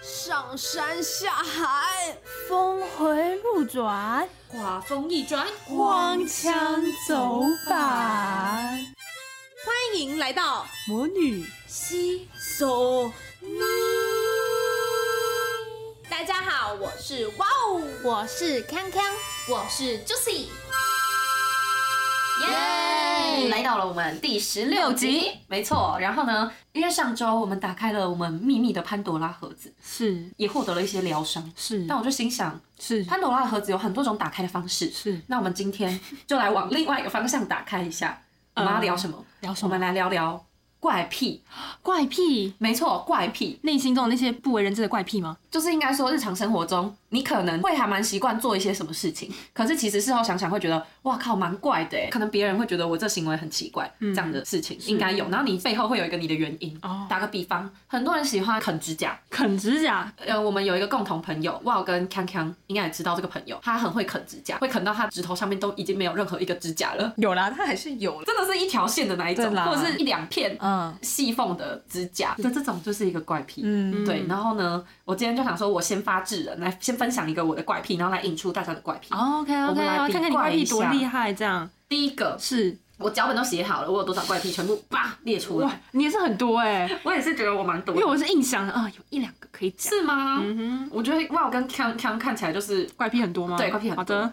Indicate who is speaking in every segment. Speaker 1: 上山下海，
Speaker 2: 峰回路转，
Speaker 3: 画风一转，
Speaker 2: 光腔走板。
Speaker 1: 欢迎来到
Speaker 2: 魔女
Speaker 3: 西。
Speaker 1: So。
Speaker 3: 大家好，我是哇哦，我是康康，我是 Juicy。耶！
Speaker 4: 来到了我们第十六集，没错。然后呢，因为上周我们打开了我们秘密的潘多拉盒子，
Speaker 2: 是
Speaker 4: 也获得了一些疗伤。
Speaker 2: 是
Speaker 4: 但我就心想，
Speaker 2: 是
Speaker 4: 潘多拉的盒子有很多种打开的方式，
Speaker 2: 是
Speaker 4: 那我们今天就来往另外一个方向打开一下。我们要聊什么？
Speaker 2: 呃聊什
Speaker 4: 我
Speaker 2: 么
Speaker 4: 们来聊聊怪癖。
Speaker 2: 怪癖，
Speaker 4: 没错，怪癖
Speaker 2: 内心中的那些不为人知的怪癖吗？
Speaker 4: 就是应该说日常生活中，你可能会还蛮习惯做一些什么事情，可是其实事后想想会觉得，哇靠，蛮怪的欸。可能别人会觉得我这行为很奇怪，这样的事情应该有。然后你背后会有一个你的原因。
Speaker 2: 哦
Speaker 4: 打个比方，很多人喜欢啃指甲。
Speaker 2: 啃指甲，
Speaker 4: 呃，我们有一个共同朋友，哇，我跟康康应该也知道这个朋友，他很会啃指甲，会啃到他指头上面都已经没有任何一个指甲了，
Speaker 2: 有啦，它还是有了。
Speaker 4: 真的是一条线的那一种
Speaker 2: 对，啦
Speaker 4: 或者是一两片
Speaker 2: 嗯
Speaker 4: 细缝的指甲的这种，就是一个怪癖。
Speaker 2: 嗯，
Speaker 4: 对，然后呢，我今天就想说，我先发制人，来先分享一个我的怪癖，然后来引出大家的怪癖。
Speaker 2: OK
Speaker 4: 我
Speaker 2: OK，
Speaker 4: 们来比
Speaker 2: 哦看看你怪
Speaker 4: 怪
Speaker 2: 癖
Speaker 4: 一
Speaker 2: 多
Speaker 4: 下
Speaker 2: 厉害，这样
Speaker 4: 第一个，
Speaker 2: 是
Speaker 4: 我脚本都写好了，我有多少怪癖，全部叭列出
Speaker 2: 哇
Speaker 4: 来。，
Speaker 2: 你也是很多哎、
Speaker 4: 我也是觉得我蛮多
Speaker 2: 因为
Speaker 4: 的，
Speaker 2: 我是印象啊、有一两个可以讲。
Speaker 4: 是吗？
Speaker 2: 嗯哼，
Speaker 4: 我觉得哇，我跟康康看起来就是
Speaker 2: 怪癖很多吗？
Speaker 4: 对怪癖很多
Speaker 2: 好的，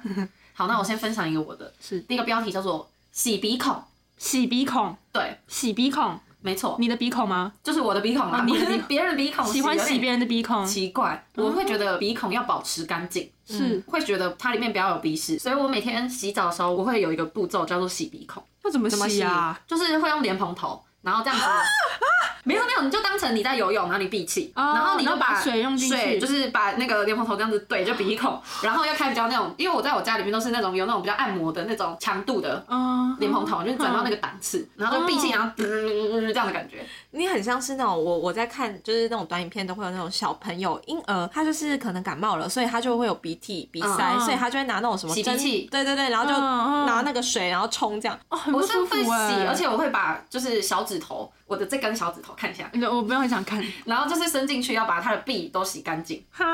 Speaker 4: 好。那我先分享一个我的，
Speaker 2: 是
Speaker 4: 第一个标题叫做洗鼻孔，
Speaker 2: 洗鼻孔，
Speaker 4: 对，
Speaker 2: 洗鼻孔，
Speaker 4: 没错，
Speaker 2: 你的鼻孔吗？
Speaker 4: 就是我的鼻孔啦，
Speaker 2: 啊你
Speaker 4: 你
Speaker 2: 的 鼻
Speaker 4: 别人的鼻孔
Speaker 2: 喜欢
Speaker 4: 哦有点
Speaker 2: 洗别人的鼻孔，
Speaker 4: 奇怪，我会觉得鼻孔要保持干净，
Speaker 2: 是
Speaker 4: 会觉得它里面不要有鼻屎，所以我每天洗澡的时候，我会有一个步骤叫做洗鼻孔。
Speaker 2: 要怎么
Speaker 4: 怎么
Speaker 2: 洗
Speaker 4: 洗
Speaker 2: 啊？？
Speaker 4: 就是会用莲蓬头，然后这样子。没有没有，你就当成你在游泳，然后你闭气，
Speaker 2: 哦
Speaker 4: 然后你
Speaker 2: 然
Speaker 4: 就
Speaker 2: 后把水用进去
Speaker 4: 水就是把那个莲蓬头这样子怼着 鼻孔，然后要开比较那种，因为我在我家里面都是那种有那种比较按摩的那种强度的
Speaker 2: 啊，
Speaker 4: 莲蓬头，就是转到那个档
Speaker 2: 嗯
Speaker 4: 次，然后就闭气，然
Speaker 2: 哦
Speaker 4: 后嘟嘟嘟嘟嘟这样的感觉。
Speaker 1: 你很像是那种我我在看，就是那种短影片都会有那种小朋友婴儿，他就是可能感冒了，所以他就会有鼻涕、鼻塞，
Speaker 2: 嗯
Speaker 1: 所以他就会拿那种什么
Speaker 4: 洗鼻
Speaker 1: 针
Speaker 4: 器
Speaker 1: 对对对，然后就
Speaker 2: 嗯嗯
Speaker 1: 拿那个水，然后冲这样。
Speaker 2: 哦，很
Speaker 4: 我
Speaker 2: 不
Speaker 4: 是
Speaker 2: 舒服
Speaker 4: 会洗，
Speaker 2: 哎
Speaker 4: 而且我会把就是小指头，我的这根小指头看一下，
Speaker 2: 嗯我不用很想看
Speaker 4: 然后就是伸进去，要把它的壁都洗干净。
Speaker 2: 哈，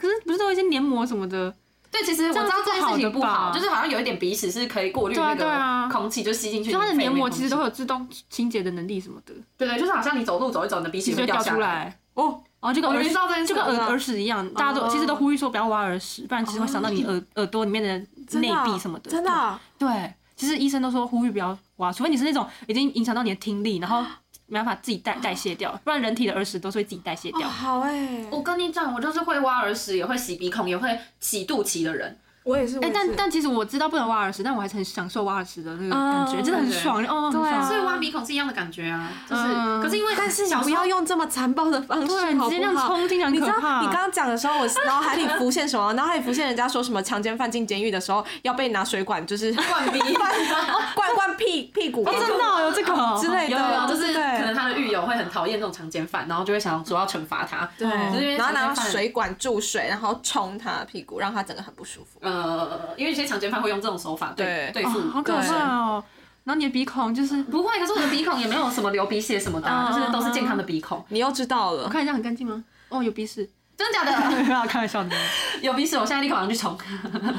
Speaker 2: 可是不是都有一些黏膜什么的？
Speaker 4: 对，其实我知道这件事情不好，
Speaker 2: 这样是不好的吧
Speaker 4: 就是好像有一点鼻屎是可以过滤
Speaker 2: 对啊
Speaker 4: 那
Speaker 2: 对啊
Speaker 4: 个空气，就吸进去。
Speaker 2: 就它的
Speaker 4: 你肺
Speaker 2: 黏
Speaker 4: 里面
Speaker 2: 膜
Speaker 4: 空
Speaker 2: 其
Speaker 4: 气
Speaker 2: 实都会有自动清洁的能力什么的，
Speaker 4: 对对，就是好像你走路走一走，你的鼻
Speaker 2: 其
Speaker 4: 屎
Speaker 2: 实就
Speaker 4: 会
Speaker 2: 会掉
Speaker 4: 下
Speaker 2: 出
Speaker 4: 来。
Speaker 2: 来。哦，哦，这个
Speaker 4: 我
Speaker 2: 耳
Speaker 4: 知道这件事
Speaker 2: 就跟耳
Speaker 1: 嗯
Speaker 2: 耳屎一样，大家都其实都呼吁说不要挖耳屎，不然其实会伤到你耳耳朵里面的
Speaker 1: 真
Speaker 2: 内
Speaker 1: 的啊
Speaker 2: 壁什么的。
Speaker 1: 真的啊，
Speaker 2: 对，其实医生都说呼吁不要挖，除非你是那种已经影响到你的听力，然后没办法自己代代谢掉，不然人体的耳屎都是会自己代谢
Speaker 1: 哦
Speaker 2: 掉。
Speaker 1: 好哎，
Speaker 4: 我跟你讲，我就是会挖耳屎，也会洗鼻孔，也会洗肚脐的人。
Speaker 1: 我也是，
Speaker 2: 哎、
Speaker 1: 哎
Speaker 2: 但但其实我知道不能挖耳屎，但我还是很享受挖耳屎的那个感觉，
Speaker 1: 嗯
Speaker 2: 真的很爽哦，很
Speaker 1: 对啊
Speaker 2: 爽。
Speaker 4: 所以挖鼻孔是一样的感觉啊，就是，
Speaker 2: 嗯
Speaker 4: 可是因为
Speaker 1: 但是你
Speaker 4: 小
Speaker 1: 不
Speaker 4: 时候
Speaker 1: 要用这么残暴的方式，
Speaker 2: 对，你
Speaker 1: 好
Speaker 2: 直接这样
Speaker 1: 不好？
Speaker 2: 冲进来
Speaker 1: 你
Speaker 2: 很
Speaker 1: 知道
Speaker 2: 可怕。
Speaker 1: 你刚刚讲的时候，我脑海里浮现什么？脑海里浮现人家说什么强奸犯进监狱的时候要被拿水管就是
Speaker 4: 灌鼻，
Speaker 1: 灌灌屁屁股给
Speaker 2: 哦，
Speaker 1: 你
Speaker 2: 真的哦有这个哦
Speaker 1: 之类的
Speaker 4: 有有，就是
Speaker 1: 对
Speaker 4: 可能他的狱友会很讨厌这种强奸犯，然后就会想说要惩罚他。
Speaker 1: 对，
Speaker 4: 就是因为
Speaker 1: 然后拿
Speaker 4: 常见犯
Speaker 1: 水管注水，然后冲他的屁股，让他整个很不舒服。
Speaker 2: 嗯
Speaker 4: 呃，因为有些强奸犯会用这种手法对
Speaker 1: 对
Speaker 4: 对付
Speaker 2: 哦好可
Speaker 4: 对
Speaker 2: 怕哦。然后你的鼻孔就是，
Speaker 4: 不会，可是我的鼻孔也没有什么流鼻血什么的啊，
Speaker 2: 嗯
Speaker 4: 就是都是健康的鼻孔。
Speaker 1: 你又知道
Speaker 2: 我
Speaker 1: 了，
Speaker 2: 看一下很干净吗？哦，有鼻 屎。
Speaker 4: 真的假的？
Speaker 2: 没有开玩笑的，
Speaker 4: 有鼻屎，我现在立刻马上去 冲。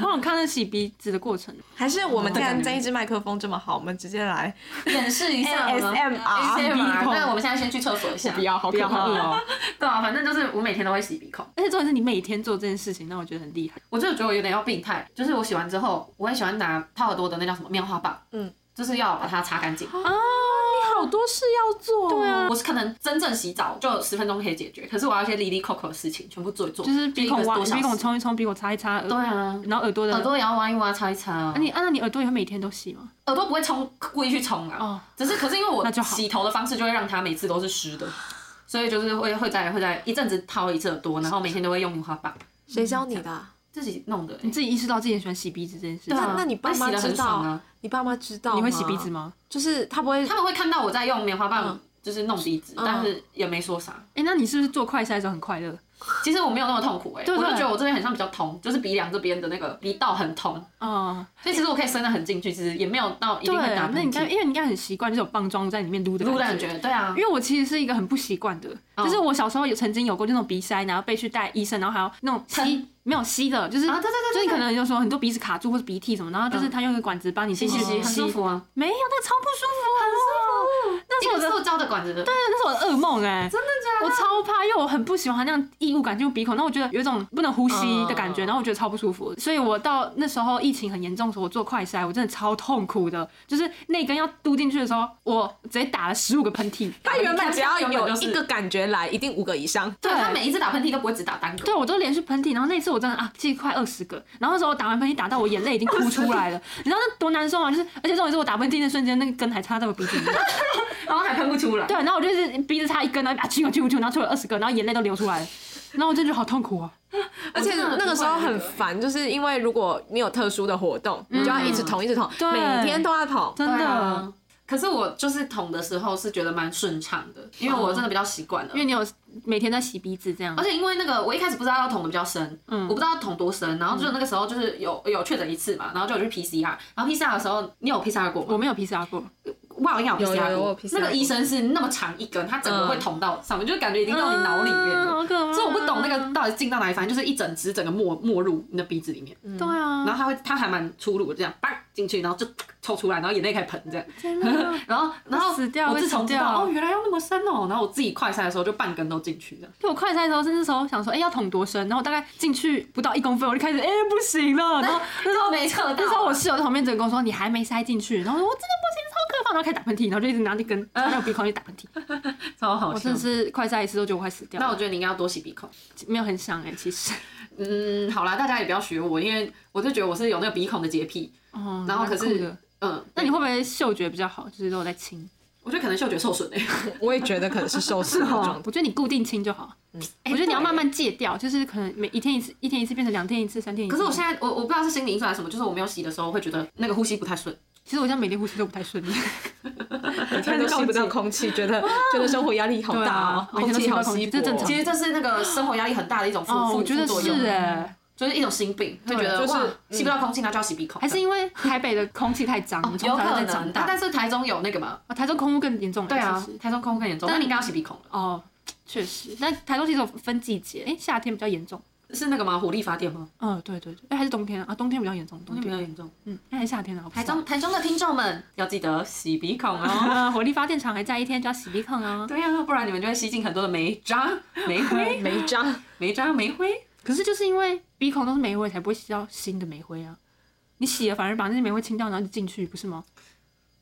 Speaker 2: 我想看那洗鼻子的过程。
Speaker 1: 还是我们既
Speaker 4: 哦
Speaker 1: 然这一支麦克风这么好，我们直接来
Speaker 4: 演示一下
Speaker 1: ASMR
Speaker 4: 鼻
Speaker 2: 鼻
Speaker 4: 孔。
Speaker 2: 孔
Speaker 4: 那我们现在先去厕所一下。
Speaker 1: 要，好
Speaker 2: 不要好恶哦！
Speaker 4: 对啊，反正就是我每天都会洗鼻孔。
Speaker 2: 而且重点是你每天做这件事情，让我觉得很厉害。
Speaker 4: 我真的觉得我有点要病态，就是我洗完之后，我很喜欢拿掏耳朵的那叫什么棉花棒，
Speaker 1: 嗯
Speaker 4: 嗯，就是要把它擦干净。
Speaker 2: 哦
Speaker 1: 好多事要做。对啊，
Speaker 4: 我是可能真正洗澡就十分钟可以解决，可是我要一些哩哩扣扣的事情全部做一做，
Speaker 2: 就是鼻
Speaker 4: 一
Speaker 2: 孔
Speaker 4: 个
Speaker 2: 挖，
Speaker 4: 多小时
Speaker 2: 鼻孔冲一冲，鼻孔擦一擦，
Speaker 4: 对啊，
Speaker 2: 然后耳朵的
Speaker 4: 耳朵也要挖一挖擦一擦啊。
Speaker 2: 那你按照你耳朵也会每天都洗吗？
Speaker 4: 耳朵不会冲，故意去冲啊。
Speaker 2: 哦
Speaker 4: 只是可是因为我
Speaker 2: 那就好
Speaker 4: 洗头的方式就会让它每次都是湿的，所以就是会会在会在一阵子掏一次耳朵，然后每天都会用棉花棒
Speaker 1: 谁教你的啊？
Speaker 4: 自己弄的欸、
Speaker 2: 你自己意识到自己很喜欢洗鼻子这件事情，
Speaker 4: 对啊
Speaker 1: 那你爸
Speaker 4: 但洗
Speaker 1: 妈
Speaker 4: 得
Speaker 1: 知
Speaker 4: 很
Speaker 1: 道
Speaker 4: 爽啊？
Speaker 1: 你爸妈知道？
Speaker 2: 你会洗鼻子？吗？
Speaker 1: 就是他不会
Speaker 2: 嗯
Speaker 4: 他们会看到我在用棉花棒就是弄鼻子，
Speaker 1: 嗯
Speaker 4: 但是也没说啥。
Speaker 2: 哎、那你是不是做快筛的时候很快乐？
Speaker 4: 其实我没有那么痛苦哎、
Speaker 2: 对
Speaker 4: 我
Speaker 2: 对
Speaker 4: 就觉得我这边很像比较痛，就是鼻梁这边的那个鼻道很痛，
Speaker 2: 哦、
Speaker 4: 所以其实我可以伸得很进去，其实也没有到一
Speaker 2: 对，啊
Speaker 4: 定会打
Speaker 2: 那你应
Speaker 4: 喷
Speaker 2: 该
Speaker 4: 嚏。
Speaker 2: 因为你应该很习惯这种棒状物在里面撸的
Speaker 4: 撸的
Speaker 2: 感
Speaker 4: 感
Speaker 2: 觉。
Speaker 4: 觉，对啊
Speaker 2: 因，为我其实是一个很不习惯的，
Speaker 4: 哦
Speaker 2: 就是我小时候有曾经有过那种鼻塞，然后被去带医生，然后还要那种吸
Speaker 4: 喷
Speaker 2: 没有吸的，就是
Speaker 4: 啊，对对对，
Speaker 2: 就是你
Speaker 4: 对
Speaker 2: 可能就说很多鼻子卡住或者鼻涕什么，然后就是他用一个管子帮你
Speaker 4: 吸
Speaker 2: 嗯吸
Speaker 4: 吸吸，很舒
Speaker 2: 吸，
Speaker 4: 服啊，
Speaker 2: 没有，那个超不舒服，啊很舒服，那
Speaker 4: 一
Speaker 2: 是我
Speaker 4: 个
Speaker 2: 的，
Speaker 4: 塑胶的管子，
Speaker 2: 对，那是我的噩梦哎、
Speaker 4: 真的
Speaker 2: 我超怕，因为我很不喜欢那样异物感进入鼻孔，那我觉得有一种不能呼吸的感觉，
Speaker 4: 嗯
Speaker 2: 然后我觉得超不舒服。所以我到那时候疫情很严重的时候，我做快筛，我真的超痛苦的，就是那根要嘟进去的时候，我直接打了十五个喷嚏。
Speaker 4: 哎
Speaker 1: 他原本只要
Speaker 4: 原本
Speaker 1: 有
Speaker 4: 就是
Speaker 1: 一个感觉来，一定五个以上。
Speaker 4: 对，
Speaker 2: 对
Speaker 4: 他每一次打喷嚏都不会只打单个，
Speaker 2: 对，我都连续喷嚏，然后那次我真的啊，记快二十个，然后那时候我打完喷嚏打到我眼泪已经哭出来了，你知道那多难受吗？就是，而且重点是我打喷嚏那瞬间，那个根还插在我鼻子里面，
Speaker 4: 然后还喷不出来。
Speaker 2: 对，啊然后我就是鼻子插一根，然后啊，去啊去啊去啊，然后出了二十个，然后眼泪都流出来了，然后我就觉得好痛苦啊，
Speaker 1: 而且那个时候很烦，就是因为如果你有特殊的活动，你就要一直捅，一直捅，
Speaker 2: 嗯对
Speaker 1: 每天都要捅。
Speaker 2: 真
Speaker 4: 对
Speaker 2: 的。
Speaker 4: 啊。可是我就是捅的时候是觉得蛮顺畅的，因为我真的比较习惯了
Speaker 2: 因。为你有每天在洗鼻子这样
Speaker 4: 而。且因为那个，我一开始不知道要捅的比较深，我不知道要捅多深，然后就那个时候就是有有确诊一次嘛，然后就有去 PCR，然后 PCR 的时候，你有 PCR 过吗？
Speaker 2: 我没有 PCR 过，
Speaker 4: 我好像有
Speaker 1: 有有
Speaker 4: PCR
Speaker 1: 有我有
Speaker 4: 过
Speaker 1: PCR，
Speaker 4: 那个
Speaker 1: 过
Speaker 4: 医生是那么长一根，他整个会
Speaker 1: 嗯
Speaker 4: 捅到上面，就是感觉已经到你脑里面
Speaker 2: 啊
Speaker 4: 了。
Speaker 2: 好可怕。
Speaker 4: 所以我不懂那个到底进到哪里，反正就是一整支整个没没入你的鼻子里面，
Speaker 2: 对啊，
Speaker 4: 然后它会它还蛮粗鲁的，这样叭进去，然后就抽出来，然后眼泪开始喷这样。
Speaker 2: 天哪
Speaker 4: 然后然后
Speaker 2: 会死掉
Speaker 4: 我自从
Speaker 2: 会死
Speaker 4: 知
Speaker 2: 掉
Speaker 4: 道哦，原来要那么深哦，然后我自己快塞的时候就半根都进去了。
Speaker 2: 就我快塞的时候，是那时候想说，哎，要捅多深？然后大概进去不到一公分，我就开始，哎，不行了。 然后
Speaker 4: 那时候没测啊
Speaker 2: 那时候我室友在旁边整个跟我说，你还没塞进去。然后我说我真的不行，超可怕。然后开始打喷嚏，然后就一直拿那根插在我鼻孔里打喷嚏。
Speaker 4: 超好
Speaker 2: 我
Speaker 4: 笑
Speaker 2: 真的。是快塞一次都觉得我快死掉
Speaker 4: 那我
Speaker 2: 了，
Speaker 4: 觉得你应该要多洗鼻孔。
Speaker 2: 没有很想哎，其实。
Speaker 4: 嗯，好啦，大家也不要学我，因为我就觉得我是有那个鼻孔的洁癖。
Speaker 2: 哦
Speaker 4: 然后可
Speaker 2: 蛮酷
Speaker 4: 是
Speaker 2: 的，
Speaker 4: 嗯，
Speaker 2: 那你会不会嗅觉比较好？就是都有在亲，
Speaker 4: 我觉得可能嗅觉受损哎。
Speaker 1: 我也觉得可能是受伤的状态。
Speaker 2: 我觉得你固定亲就好。
Speaker 4: 嗯
Speaker 2: 我觉得你要慢慢戒掉，就是可能每一天一次，一天一次变成两天一次，三天一次。
Speaker 4: 可是我现在我我不知道是心理因素还是什么，就是我没有洗的时候会觉得那个呼吸不太顺。
Speaker 2: 其实我现在每天呼吸都不太顺利，
Speaker 1: 每天都吸不到空气，觉得觉得生活压力好大哦，
Speaker 2: 对啊每天都吸
Speaker 1: 气
Speaker 2: 不
Speaker 1: 好
Speaker 2: 到空气
Speaker 1: 稀薄
Speaker 2: 这正
Speaker 1: 哦。
Speaker 2: 常
Speaker 4: 其实这是那个生活压力很大的一种副
Speaker 2: 哦，
Speaker 4: 副
Speaker 2: 我觉得
Speaker 4: 副作用嗯
Speaker 2: 是，哎，
Speaker 4: 就是一种心病，会觉得
Speaker 1: 就是
Speaker 4: 哇
Speaker 1: 嗯
Speaker 4: 吸不到空气，那就要洗鼻孔。
Speaker 2: 还是因为台北的空气太脏，我们从
Speaker 4: 哦有
Speaker 2: 小
Speaker 4: 可
Speaker 2: 在
Speaker 4: 能，
Speaker 2: 长
Speaker 4: 但
Speaker 2: 大
Speaker 4: 啊但，是台中有那个嘛，
Speaker 2: 啊台中空污更严重了。
Speaker 4: 对啊
Speaker 2: 其实，
Speaker 4: 台中空污更严重，
Speaker 2: 但
Speaker 4: 那你应该要洗鼻孔了。
Speaker 2: 哦，确实。那台中其实有分季节，哎，夏天比较严重。
Speaker 4: 是那个吗？火力发电吗？
Speaker 2: 嗯，对对对，哎，还是冬天啊，冬天比较严重，冬
Speaker 4: 比较
Speaker 2: 天，
Speaker 4: 严重。
Speaker 2: 嗯，那还是夏天啊，我不
Speaker 4: 台
Speaker 2: 知道
Speaker 4: 中台中的听众们要记得洗鼻孔哦。
Speaker 2: 啊，火力发电厂还在一天就要洗鼻孔啊。
Speaker 4: 对呀、不然你们就会吸进很多的煤渣、煤灰、
Speaker 1: 每一张
Speaker 4: 煤渣、煤灰。
Speaker 2: 可是就是因为鼻孔都是煤灰，才不会吸到新的煤灰啊。你洗了反而把那些煤灰清掉，然后就进去，不是吗？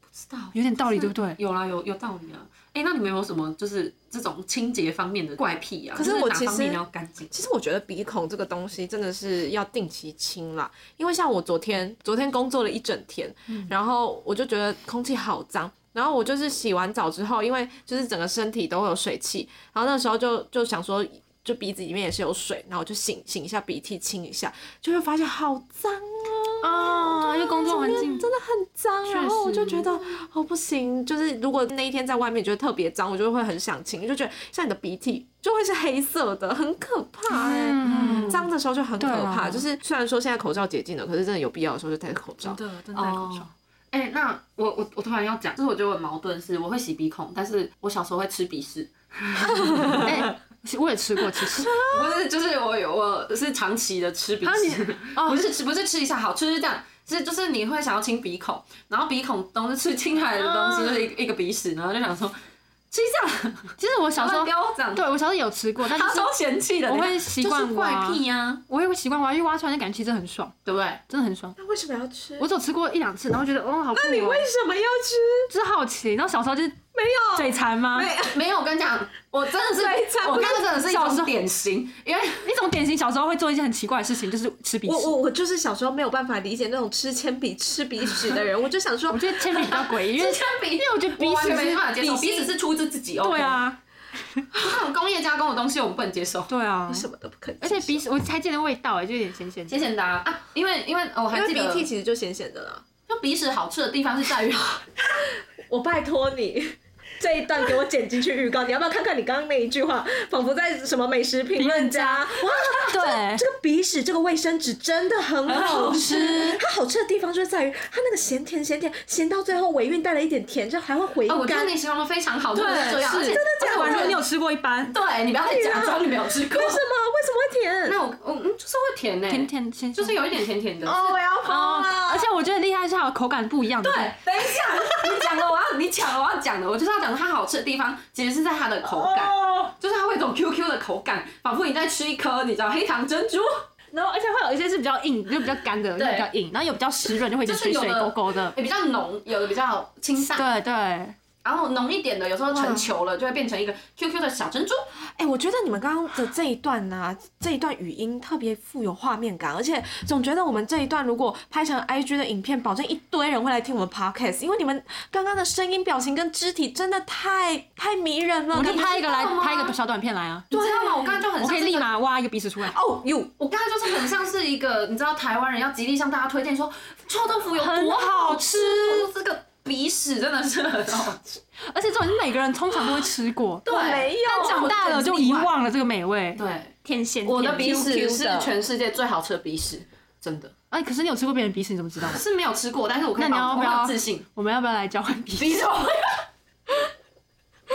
Speaker 4: 不知道，
Speaker 2: 有点道理，对不对？
Speaker 4: 有啦，有有道理啊。哎、那你们有没有什么就是这种清洁方面的怪癖啊？
Speaker 1: 可是我
Speaker 4: 就
Speaker 1: 其实
Speaker 4: 哪方面要干净。
Speaker 1: 其实我觉得鼻孔这个东西真的是要定期清啦，因为像我昨天昨天工作了一整天，然后我就觉得空气好脏。然后我就是洗完澡之后，因为就是整个身体都会有水汽，然后那时候就就想说，就鼻子里面也是有水，然后我就擤擤一下鼻涕，清一下，就会发现好脏哦，
Speaker 2: 啊，因为工作环境
Speaker 1: 真的很脏。
Speaker 2: 确
Speaker 1: 然后我就
Speaker 2: 实
Speaker 1: 觉得哦不行，就是如果那一天在外面觉得特别脏，我就会很想清，就觉得像你的鼻涕就会是黑色的，很可怕哎、
Speaker 2: 嗯
Speaker 1: 脏的时候就很可
Speaker 2: 对
Speaker 1: 怕，
Speaker 2: 啊
Speaker 1: 就是虽然说现在口罩解禁了，可是真的有必要的时候就戴口罩。
Speaker 2: 的，真
Speaker 4: 哦哎、那我我我突然要讲，就是我觉得我很矛盾是，我会洗鼻孔，但是我小时候会吃鼻屎，
Speaker 2: 哎，其我也吃过，其实
Speaker 4: 不是，就是我有我是长期的吃鼻屎， 不是吃不是吃一下好吃，就是这样，是就是你会想要清鼻孔，然后鼻孔都是吃清下来的东西，就是一个一个鼻屎，然后就想说吃一下，
Speaker 2: 其实我小时候
Speaker 4: 慢慢，叼这样，
Speaker 2: 对我小时候有吃过，但就
Speaker 4: 他
Speaker 2: 是
Speaker 4: 超嫌弃的，
Speaker 2: 我会
Speaker 4: 你看
Speaker 2: 习惯
Speaker 4: 就是怪
Speaker 2: 挖
Speaker 4: 癖呀，
Speaker 2: 我也会习惯挖，因为挖出来的感觉其实很爽，
Speaker 4: 对不对？
Speaker 2: 真的很爽。
Speaker 1: 那为什么要吃？
Speaker 2: 我只有吃过一两次，然后觉得哦好酷
Speaker 1: 啊
Speaker 2: 哦，
Speaker 1: 什么要吃？
Speaker 2: 就是好奇，然后小时候就是
Speaker 1: 没有，
Speaker 2: 嘴馋吗？
Speaker 4: 没有，我跟你讲，我真的是
Speaker 1: 对差，不
Speaker 4: 我
Speaker 1: 多
Speaker 4: 那个真的是一
Speaker 2: 小时
Speaker 4: 种
Speaker 2: 候
Speaker 4: 典型，因为
Speaker 2: 你怎么典型小时候会做一些很奇怪的事情，就是吃鼻
Speaker 1: 我
Speaker 2: 屎？
Speaker 1: 我我就是小时候没有办法理解那种吃铅笔吃鼻屎的人，我就想说
Speaker 2: 我，觉得铅笔比较诡异，因为
Speaker 4: 铅笔，因
Speaker 2: 为我觉得鼻屎
Speaker 4: 完全没
Speaker 2: 是
Speaker 4: 办法接受，
Speaker 2: 鼻
Speaker 4: 鼻
Speaker 2: 屎
Speaker 4: 屎是出自自己哦，
Speaker 2: 对，啊，
Speaker 4: 那种工业加工的东西我们不能接受。
Speaker 2: 对啊
Speaker 1: 我，什么都不可以接
Speaker 2: 而
Speaker 1: 受，
Speaker 2: 且鼻屎我还记得味道哎，就有点咸咸的
Speaker 4: 谢。谢大家啊，因为因为哦我还
Speaker 1: 因为
Speaker 4: 记
Speaker 1: 鼻
Speaker 4: 得
Speaker 1: 涕其实就咸咸的啦。
Speaker 4: 就鼻屎好吃的地方是在于，
Speaker 1: 我拜托你，
Speaker 5: 这一段给我剪进去预告。你要不要看看你刚刚那一句话，仿佛在什么美食评论家？哇，
Speaker 2: 对
Speaker 5: 这，个鼻屎，这个卫生纸真的很好吃。它好吃的地方就是在于它那个咸甜咸甜，咸到最后尾韵带了一点甜，就还会回
Speaker 4: 哦，我觉
Speaker 5: 甘。
Speaker 4: 得你形容的非常好，真的是这
Speaker 2: 对，
Speaker 4: 样，而
Speaker 2: 是
Speaker 4: 且
Speaker 2: 而且宛如你有吃过一般，
Speaker 4: 对你不要再假装你没有吃过
Speaker 5: 为。什么？为什么会甜？
Speaker 4: 那我我嗯，就是会甜呢，
Speaker 2: 甜甜鲜，
Speaker 4: 就是有一点甜甜的。
Speaker 5: 哦，我要疯
Speaker 2: 哦
Speaker 5: 了！，
Speaker 2: 而且我觉得厉害是它有口感不一样的，
Speaker 4: 对，等一下，你讲了，我要你抢了，我要讲的，我就是要讲它好吃的地方，其实是在它的口感，
Speaker 5: 哦，
Speaker 4: 就是它会有一种 QQ 的口感，仿佛你在吃一颗你知道黑糖珍珠，
Speaker 2: 然后而且会有一些是比较硬，就比较干的，就
Speaker 4: 对
Speaker 2: 比较硬，然后有比较湿润，就会一直
Speaker 4: 就是
Speaker 2: 水
Speaker 4: 有的
Speaker 2: 水沟沟 的。
Speaker 4: 哎也比较浓，有的比较清淡，
Speaker 2: 对对，哎、
Speaker 4: 然后浓一点的有时候成球了就会变成一个 QQ 的小珍珠，
Speaker 1: 哎、我觉得你们刚刚的这一段呢、这一段语音特别富有画面感，而且总觉得我们这一段如果拍成 IG 的影片，保证一堆人会来听我们 podcast，因为你们刚刚的声音、表情跟肢体真的太太迷人
Speaker 4: 哦
Speaker 1: 了。
Speaker 2: 我们就
Speaker 1: 感觉
Speaker 2: 拍一个来
Speaker 4: 道吗
Speaker 2: 拍一个小短片来啊，
Speaker 4: 你知道吗？我刚才就很
Speaker 2: 我可
Speaker 4: 像
Speaker 2: 以
Speaker 4: 是
Speaker 2: 立
Speaker 4: 一个
Speaker 2: 马挖一个鼻屎出来。
Speaker 1: 哦哟，
Speaker 4: 我刚才就是很像是一个，你知道台湾人要极力向大家推荐说臭豆腐有多好吃，这个鼻屎真的是很好吃。
Speaker 2: 而且这种是每个人通常都会吃过，
Speaker 1: 哦
Speaker 4: 对，啊没有
Speaker 2: 但长大了就遗。忘了这个美味。
Speaker 4: 对，
Speaker 3: 天仙
Speaker 4: 我的
Speaker 3: 甜
Speaker 4: 鼻屎
Speaker 3: QQ
Speaker 4: 是
Speaker 3: 的
Speaker 4: 全世界最好吃的鼻屎，真的
Speaker 2: 哎，可是你有吃过别人鼻屎，你怎么知道？
Speaker 4: 是没有吃过，但是我可以
Speaker 2: 那你要
Speaker 4: 保
Speaker 2: 不
Speaker 4: 我
Speaker 2: 要
Speaker 4: 有自信？
Speaker 2: 我们要不要来交换鼻屎？
Speaker 4: 鼻屎。他疯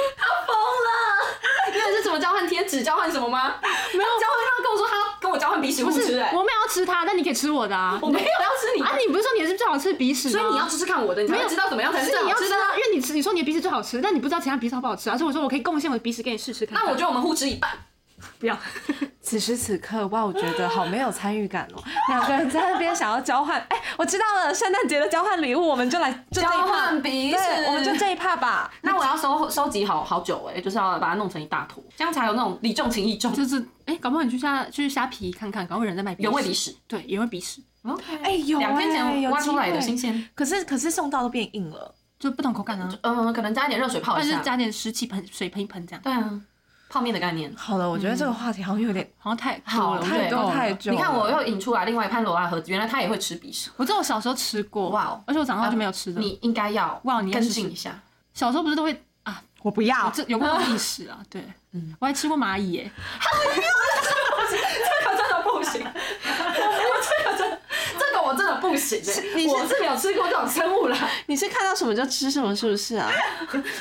Speaker 4: 了！你有是怎么交换贴纸、交换什么吗？没有交换，他跟我说他要跟我交换鼻屎物
Speaker 2: 不
Speaker 4: 质，
Speaker 2: 是，
Speaker 4: 哎，
Speaker 2: 我没有要吃它，但你可以吃我的啊。
Speaker 4: 我没有要吃你的
Speaker 2: 啊，你不是说你是最好吃的鼻屎吗？
Speaker 4: 所以你要吃吃看我的，你才
Speaker 2: 没有
Speaker 4: 会知道怎么样才是
Speaker 2: 是
Speaker 4: 最
Speaker 2: 你
Speaker 4: 好
Speaker 2: 要
Speaker 4: 吃
Speaker 2: 吃
Speaker 4: 的。
Speaker 2: 啊，因为你吃，你说你的鼻屎最好吃，但你不知道其他鼻屎好不好吃啊，所以我说我可以贡献我的鼻屎给你试试看。
Speaker 4: 那我觉得我们互吃一半。
Speaker 2: 不要，
Speaker 1: 此时此刻，哇，我觉得好没有参与感哦。两个人在那边想要交换，哎、我知道了，圣诞节的交换礼物，我们就来就这一趴，
Speaker 4: 鼻
Speaker 1: 对，我们就这一趴吧。
Speaker 4: 那我要收收集好好久哎、就是要把它弄成一大坨，这样才有那种礼重情意重，
Speaker 2: 就是哎、搞不好你去虾去虾皮看看，搞不好有人在卖
Speaker 4: 原味鼻，屎。
Speaker 2: 对，原味鼻屎，
Speaker 4: OK，
Speaker 1: 哎有
Speaker 4: 两天
Speaker 1: 哎有
Speaker 4: 前挖出来的
Speaker 1: 机会
Speaker 4: 新鲜，
Speaker 1: 可是可是送到都变硬了，
Speaker 2: 就不同口感啊，
Speaker 4: 嗯、可能加一点热水泡
Speaker 2: 或者
Speaker 4: 一
Speaker 2: 是
Speaker 4: 下。
Speaker 2: 加点湿气盆水盆一盆这样，
Speaker 4: 对啊，泡面的概念。
Speaker 1: 好了，我觉得这个话题好像有点
Speaker 2: 好像太多
Speaker 4: 好
Speaker 2: 了，
Speaker 4: 太
Speaker 2: 对
Speaker 4: 多
Speaker 2: 够了
Speaker 1: 太久
Speaker 4: 你看我又引出来另外一潘罗拉盒子，原来他也会吃鼻屎。
Speaker 2: 我知道我小时候吃过，
Speaker 4: 哇哦
Speaker 2: 而且我长大后就没有吃的。
Speaker 4: 你应该要
Speaker 2: 哇你要
Speaker 4: 跟
Speaker 2: 试试
Speaker 4: 进一下。
Speaker 2: 小时候不是都会啊？
Speaker 1: 我不要
Speaker 2: 我这有过历史啊，对，我还吃过蚂蚁耶，
Speaker 4: 这个真的不 行，这个真这个我真的不行、欸，
Speaker 1: 你是
Speaker 4: 我是没有吃过这种生物啦。
Speaker 1: 你是看到什么就吃什么，是不 是啊？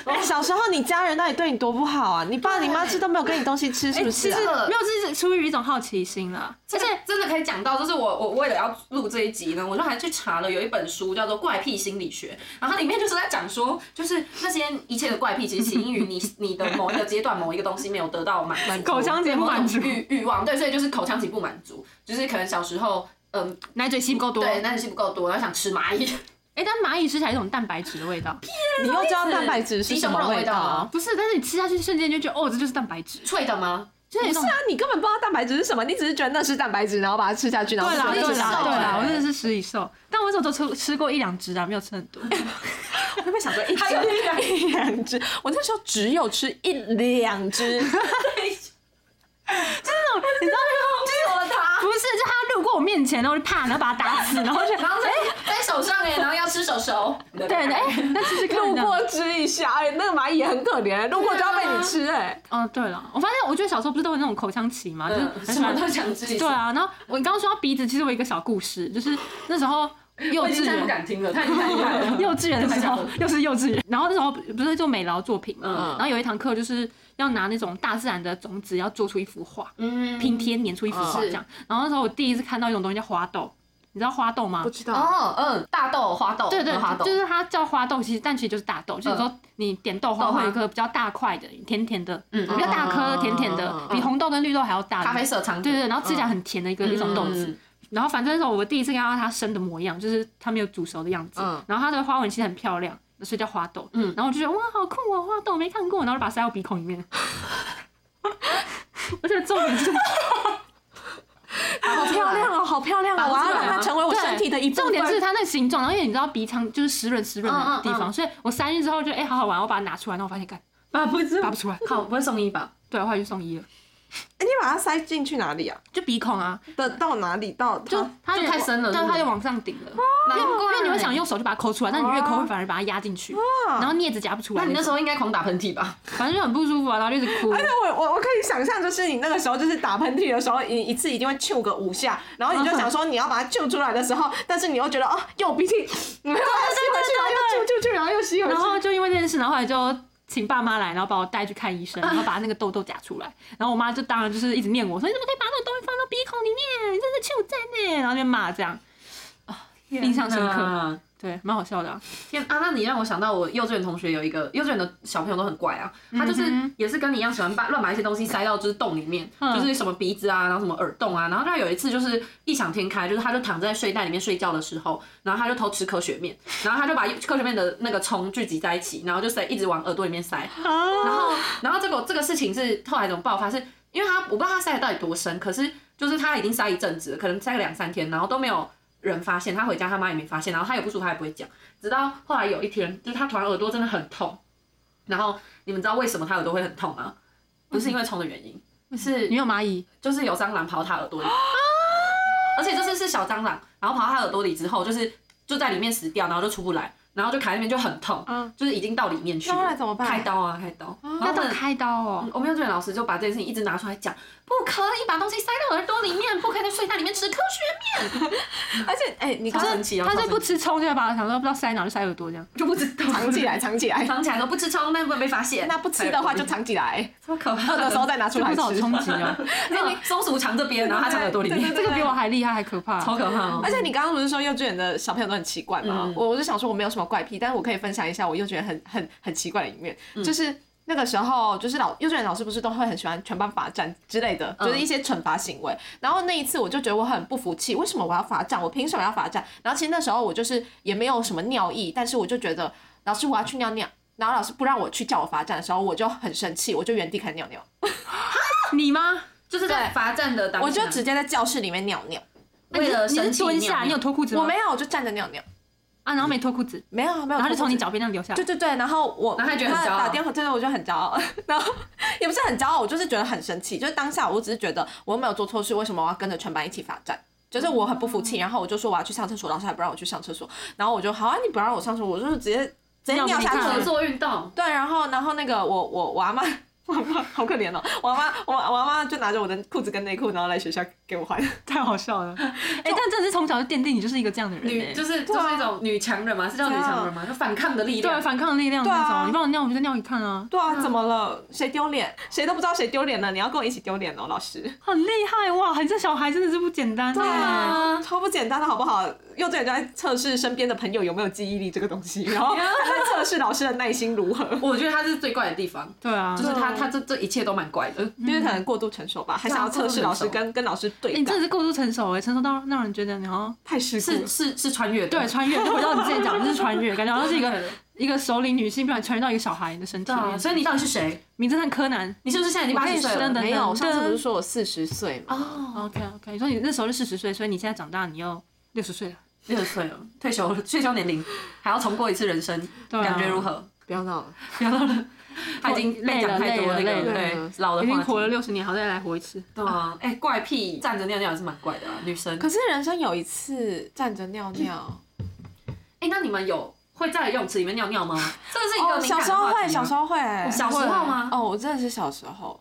Speaker 1: 哎小时候你家人到底对你多不好啊？你爸你妈吃都没有给你东西吃，是不是、啊？
Speaker 4: 呃
Speaker 2: 没有，这是出于一种好奇心啦。
Speaker 4: 而且真的可以讲到，就是我我为了要录这一集呢，我就还去查了有一本书叫做《怪癖心理学》，然后它里面就是在讲说，就是那些一切的怪癖其实起因于你 你的某一个阶段某一个东西没有得到满足，
Speaker 2: 口腔期不满足
Speaker 4: 对某种欲欲望，对，所以就是口腔期不满足，就是可能小时候。嗯，
Speaker 2: 奶嘴吸不够多，
Speaker 4: 对，
Speaker 2: 哎，
Speaker 4: 那你是不够多，然后想吃蚂蚁，
Speaker 2: 但蚂蚁吃起来有一种蛋白质的味道，
Speaker 1: 你又知道蛋白质是什么
Speaker 4: 鸡胸肉味
Speaker 1: 道
Speaker 4: 道
Speaker 1: 啊
Speaker 4: 啊？
Speaker 2: 不是，但是你吃下去瞬间就觉得哦，这就是蛋白质，
Speaker 4: 脆的吗？
Speaker 2: 就是有一
Speaker 1: 不
Speaker 2: 种
Speaker 1: 是啊，你根本不知道蛋白质是什么，你只是觉得那是蛋白质，然后把它吃下去，然后
Speaker 2: 对啦，
Speaker 1: 就觉得
Speaker 2: 对啦，对
Speaker 1: 是蛋白质
Speaker 2: 啦，
Speaker 4: 欸
Speaker 2: 我真的是食蚁兽，但我那时候都吃吃过一两只啊，没有吃很多。
Speaker 1: 我原本想说一
Speaker 4: 还有一两
Speaker 1: 只一两只，我那时候只有吃一两 只，
Speaker 4: 你知 道
Speaker 1: 哎啊
Speaker 4: 吗？救了它，
Speaker 2: 不是，就它路过我面前，然后我就怕，然后把它打死，然后就
Speaker 4: 然后在在手上哎，然后要吃手手， 对
Speaker 2: 对对，哎， 那吃吃看
Speaker 1: 路
Speaker 2: 呢
Speaker 1: 过吃一下，哎，那个蚂蚁很可怜，路过就要被你吃，哎，
Speaker 2: 哦，对了，我发现我觉得小时候不是都有那种口腔期嘛，就是
Speaker 4: 嗯，
Speaker 2: 很
Speaker 4: 什
Speaker 2: 喜
Speaker 4: 么
Speaker 2: 欢
Speaker 4: 都想吃一次。
Speaker 2: 对啊，然后我刚刚说到鼻子，其实我有一个小故事，就是那时候幼
Speaker 4: 我已
Speaker 2: 稚
Speaker 4: 经再不
Speaker 2: 园。。
Speaker 4: 敢听了，太厉害 了
Speaker 2: 幼稚园的时候
Speaker 4: 太，
Speaker 2: 又是幼稚园，然后那时候不是做美劳作品嘛，
Speaker 4: 嗯
Speaker 2: 然后有一堂课就是要拿那种大自然的种子，要做出一幅画，
Speaker 4: 嗯
Speaker 2: 拼贴粘出一幅画
Speaker 4: 是
Speaker 2: 这样。然后那时候我第一次看到一种东西叫花豆，你知道花豆吗
Speaker 1: 不？知道，
Speaker 4: 哦，嗯，大豆、花豆，
Speaker 2: 对对
Speaker 4: 嗯花，豆嗯
Speaker 2: 就，是它叫花豆，其实但其实就是大豆，就是有时候你点豆花
Speaker 4: 豆花
Speaker 2: 会有一颗比较大块的、甜甜的，
Speaker 4: 嗯
Speaker 2: 比较大颗、甜甜的
Speaker 1: 嗯，
Speaker 2: 比红豆跟绿豆还要大的
Speaker 4: 咖啡色长
Speaker 2: 对对，对，然后吃起来很甜的一个、一种豆子。
Speaker 4: 嗯
Speaker 2: 然后反正那时候我第一次看到它生的模样，就是它没有煮熟的样子。
Speaker 1: 嗯
Speaker 2: 然后它的花纹其实很漂亮，所以叫花豆。
Speaker 4: 嗯
Speaker 2: 然后我就觉得哇，好酷哦，花豆没看过，然后就把它塞到鼻孔里 面。而且重点是，
Speaker 1: 好漂亮哦，好漂亮哦，我
Speaker 4: 拔出
Speaker 1: 要
Speaker 4: 来
Speaker 1: 让它
Speaker 4: 啊
Speaker 1: 成为我身体的一部分。
Speaker 2: 重点是它那个形状，然后因为你知道鼻腔就是湿润湿润的地方，
Speaker 4: 嗯嗯嗯
Speaker 2: 所以我塞进去之后就哎、好好玩，我把它拿出来，然后我发现干
Speaker 4: 啊，不知
Speaker 2: 拔不出来，
Speaker 4: 靠，不会送医吧？
Speaker 2: 对，后来就送医了。
Speaker 1: 哎、你把它塞进去哪里啊？
Speaker 2: 就鼻孔啊，
Speaker 1: 的到哪里到它
Speaker 2: 就它
Speaker 4: 就太深了是
Speaker 2: 对，
Speaker 4: 不是
Speaker 2: 它就往上顶了。
Speaker 4: 难
Speaker 2: 因为
Speaker 4: 怪
Speaker 2: 因为你会想用手就把它抠出来，但你越抠会反而把它压进去，然后镊子夹不出来
Speaker 4: 那
Speaker 2: 种。
Speaker 4: 你那时候应该狂打喷嚏吧？
Speaker 2: 反正就很不舒服啊，然后就一直哭。
Speaker 1: 我我我可以想象，就是你那个时候就是打喷嚏的时候，你一次一定会啾个五下，然后你就想说你要把它啾出来的时候，但是你又觉得哦，又有鼻涕，你又把它吸回去，然后又啾出去，然后又吸回
Speaker 2: 然
Speaker 1: 去。
Speaker 2: 后就因为这件事，然后后来就请爸妈来，然后把我带去看医生，然后把那个痘痘夹出来。然后我妈就当然就是一直念我说：“你怎么可以把那种东西放到鼻孔里面？你真是臭蛋呢！”然后就骂这样，啊，印象深刻，
Speaker 4: 刻。
Speaker 2: 对，蛮好笑的啊、
Speaker 4: 天啊，那你让我想到我幼稚园同学有一个幼稚园的小朋友都很怪啊，他就是
Speaker 2: 嗯哼
Speaker 4: 也是跟你一样喜欢把乱把一些东西塞到就是洞里面，
Speaker 2: 嗯
Speaker 4: 就是什么鼻子啊，然后什么耳洞啊，然后他有一次就是异想天开，就是他就躺在睡袋里面睡觉的时候，然后他就偷吃科学面，然后他就把科学面的那个虫聚集在一起，然后就塞一直往耳朵里面
Speaker 2: 啊
Speaker 4: 塞，然后然后这个这个事情是后来怎么爆发是？因为他我不知道他塞的到底多深，可是就是他已经塞一阵子了，可能塞个两三天，然后都没有人发现，他回家他妈也没发现，然后他也不舒服，他也不会讲。直到后来有一天，就是他突然耳朵真的很痛，然后你们知道为什么他耳朵会很痛吗？不是因为虫的原因，是
Speaker 2: 你有蚂蚁，
Speaker 4: 就是有蟑螂跑到他耳朵里，
Speaker 1: 啊
Speaker 4: 而且就是是小蟑螂，然后跑到他耳朵里之后，就是就在里面死掉，然后就出不来，然后就卡在那边就很痛，
Speaker 1: 嗯
Speaker 4: 就是已经到里面去
Speaker 1: 那后来
Speaker 4: 了。
Speaker 1: 怎么办？
Speaker 4: 开刀啊，开刀！然
Speaker 2: 要
Speaker 4: 后
Speaker 2: 到
Speaker 4: 呢
Speaker 2: 开刀哦。
Speaker 4: 我们幼稚园老师就把这件事情一直拿出来讲，不可以把东西塞到耳朵里面，不可以在睡袋里面吃科学
Speaker 1: 而且哎、你
Speaker 4: 面，好
Speaker 1: 刚
Speaker 4: 神奇哦！
Speaker 2: 他就
Speaker 4: 超
Speaker 2: 不
Speaker 4: 神奇
Speaker 2: 吃葱，就会把想说不知道塞哪就塞耳朵这样。
Speaker 4: 就不知道
Speaker 1: 藏起来，藏起来。
Speaker 4: 藏起来都不吃葱，但不会被发现。哎
Speaker 1: 那不吃的话就藏起来，
Speaker 4: 超可怕
Speaker 1: 饿 的时候再拿出
Speaker 2: 就不
Speaker 1: 来
Speaker 2: 知道有
Speaker 1: 吃。
Speaker 2: 冲击哦，
Speaker 4: 那你松鼠藏这边，然后它藏耳朵里
Speaker 1: 对
Speaker 4: 面，
Speaker 1: 对
Speaker 2: 这个比我还厉害，还可怕。
Speaker 4: 超可怕哦
Speaker 1: 而！且你刚刚不是说幼稚园的小朋友都很奇怪吗
Speaker 4: 嗯？
Speaker 1: 我、我就想说我没有什么怪癖，但是我可以分享一下我幼稚园很很 很奇怪的一面，
Speaker 2: 嗯
Speaker 1: 就是。那个时候，就是老幼稚园老师不是都会很喜欢全班罚站之类的，
Speaker 2: 嗯
Speaker 1: 就是一些惩罚行为。然后那一次我就觉得我很不服气，为什么我要罚站？我凭什么要罚站？然后其实那时候我就是也没有什么尿意，但是我就觉得老师我要去尿尿，然后老师不让我去叫我罚站的时候，我就很生气，我就原地开始尿尿，
Speaker 2: 哦你吗？
Speaker 4: 就是在罚站的当下，
Speaker 1: 我就直接在教室里面尿尿，
Speaker 4: 为了
Speaker 2: 你是
Speaker 4: 神
Speaker 2: 你
Speaker 4: 奇
Speaker 2: 是蹲下，你有脱裤子吗？
Speaker 1: 我没有，我就站着尿尿，
Speaker 2: 啊，然后没脱裤子，
Speaker 1: 没有啊没有，
Speaker 2: 哦然后就从你
Speaker 1: 脚。
Speaker 2: 脚边这样流下来。
Speaker 1: 对对对，然后我，
Speaker 4: 然后他觉得很骄傲
Speaker 1: 打电话，对对，我就很骄傲， 然后也不是很骄傲，我就是觉得很生气，就是当下我只是觉得我又没有做错事，为什么我要跟着全班一起罚站？就是我很不服
Speaker 4: 哦
Speaker 1: 气，然后我就说我要去上厕所，老师还不让我去上厕所，然后我就好啊，你不让我上厕所，我就是直接直接
Speaker 2: 尿
Speaker 1: 尿
Speaker 2: 你
Speaker 1: 下
Speaker 2: 看
Speaker 1: 去
Speaker 4: 手，做运动，
Speaker 1: 对，然后然后那个我我我阿妈。我阿妈好可怜哦，我阿妈我我阿妈就拿着我的裤子跟内裤，然后来学校给我换。
Speaker 2: 太好笑了！ 哎、但真的是从小就奠定你就是一个这样的人、
Speaker 4: 女
Speaker 2: 欸，
Speaker 4: 就是就是一种女强人嘛，是叫女强人吗？就反抗的力
Speaker 2: 对
Speaker 4: 量。
Speaker 2: 反抗力量的
Speaker 1: 啊对啊
Speaker 2: 那种。你帮我尿，我就尿你看啊，
Speaker 1: 对
Speaker 4: 嗯
Speaker 1: 啊，怎么了？谁丢脸？谁都不知道谁丢脸了。你要跟我一起丢脸哦，老师。
Speaker 2: 很厉害哇！还这小孩真的是不简单、欸。对
Speaker 4: 啊，
Speaker 1: 超不简单的好不好？幼稚园就在测试身边的朋友有没有记忆力这个东西，然后还在测试老师的耐心如何，
Speaker 4: 我觉得她是最怪的地方，
Speaker 2: 啊，
Speaker 4: 就是她她这这一切都蛮怪的。
Speaker 1: 因为可能过度成熟吧，还想要测试老师跟跟老师
Speaker 2: 哎、
Speaker 1: 对
Speaker 2: 你真
Speaker 1: 干
Speaker 2: 的，是过度成熟哎、成熟到让人觉得你好像
Speaker 1: 太世故
Speaker 4: 是
Speaker 1: 了。
Speaker 4: 是是穿越的，
Speaker 2: 对穿越，就回到你之前讲的是穿越，感觉好像是一个
Speaker 4: 对
Speaker 2: 一个首领女性，不然穿越到一个小孩的身体
Speaker 4: 对
Speaker 2: 里
Speaker 4: 啊。
Speaker 2: 面。
Speaker 4: 所以你到底是谁？
Speaker 2: 名侦探柯南
Speaker 4: 你 是不是现在已经八十岁
Speaker 2: 真
Speaker 4: 了
Speaker 2: 的？
Speaker 1: 没有，我上次不是说我四十岁吗？
Speaker 4: 哦，
Speaker 2: ，OK OK，你说你那时候是四十岁，所以你现在长大，你又六十岁了。
Speaker 4: 六十岁了，退休了，退休年龄还要重过一次人生，
Speaker 2: 对啊
Speaker 4: 感觉如何？
Speaker 1: 不要闹了，
Speaker 4: 他已经被讲太多那
Speaker 2: 累
Speaker 4: 个
Speaker 2: 了
Speaker 1: 累了
Speaker 4: 对老的
Speaker 2: 已经
Speaker 4: 话
Speaker 2: 活了
Speaker 4: 题。
Speaker 2: 六十年，好再来活一次。
Speaker 4: 对啊，哎，怪癖站着尿尿也是蛮怪的啊，女生。
Speaker 1: 可是人生有一次站着尿尿，
Speaker 4: 哎、那你们有会在泳池里面尿尿吗？ 这个是一个
Speaker 1: 哦，
Speaker 4: 敏
Speaker 1: 小
Speaker 4: 感的
Speaker 1: 时候
Speaker 4: 话
Speaker 1: 会，
Speaker 4: 题啊
Speaker 1: 小时候会，
Speaker 4: 小时候吗？哦
Speaker 1: 哦，我真的是小时候，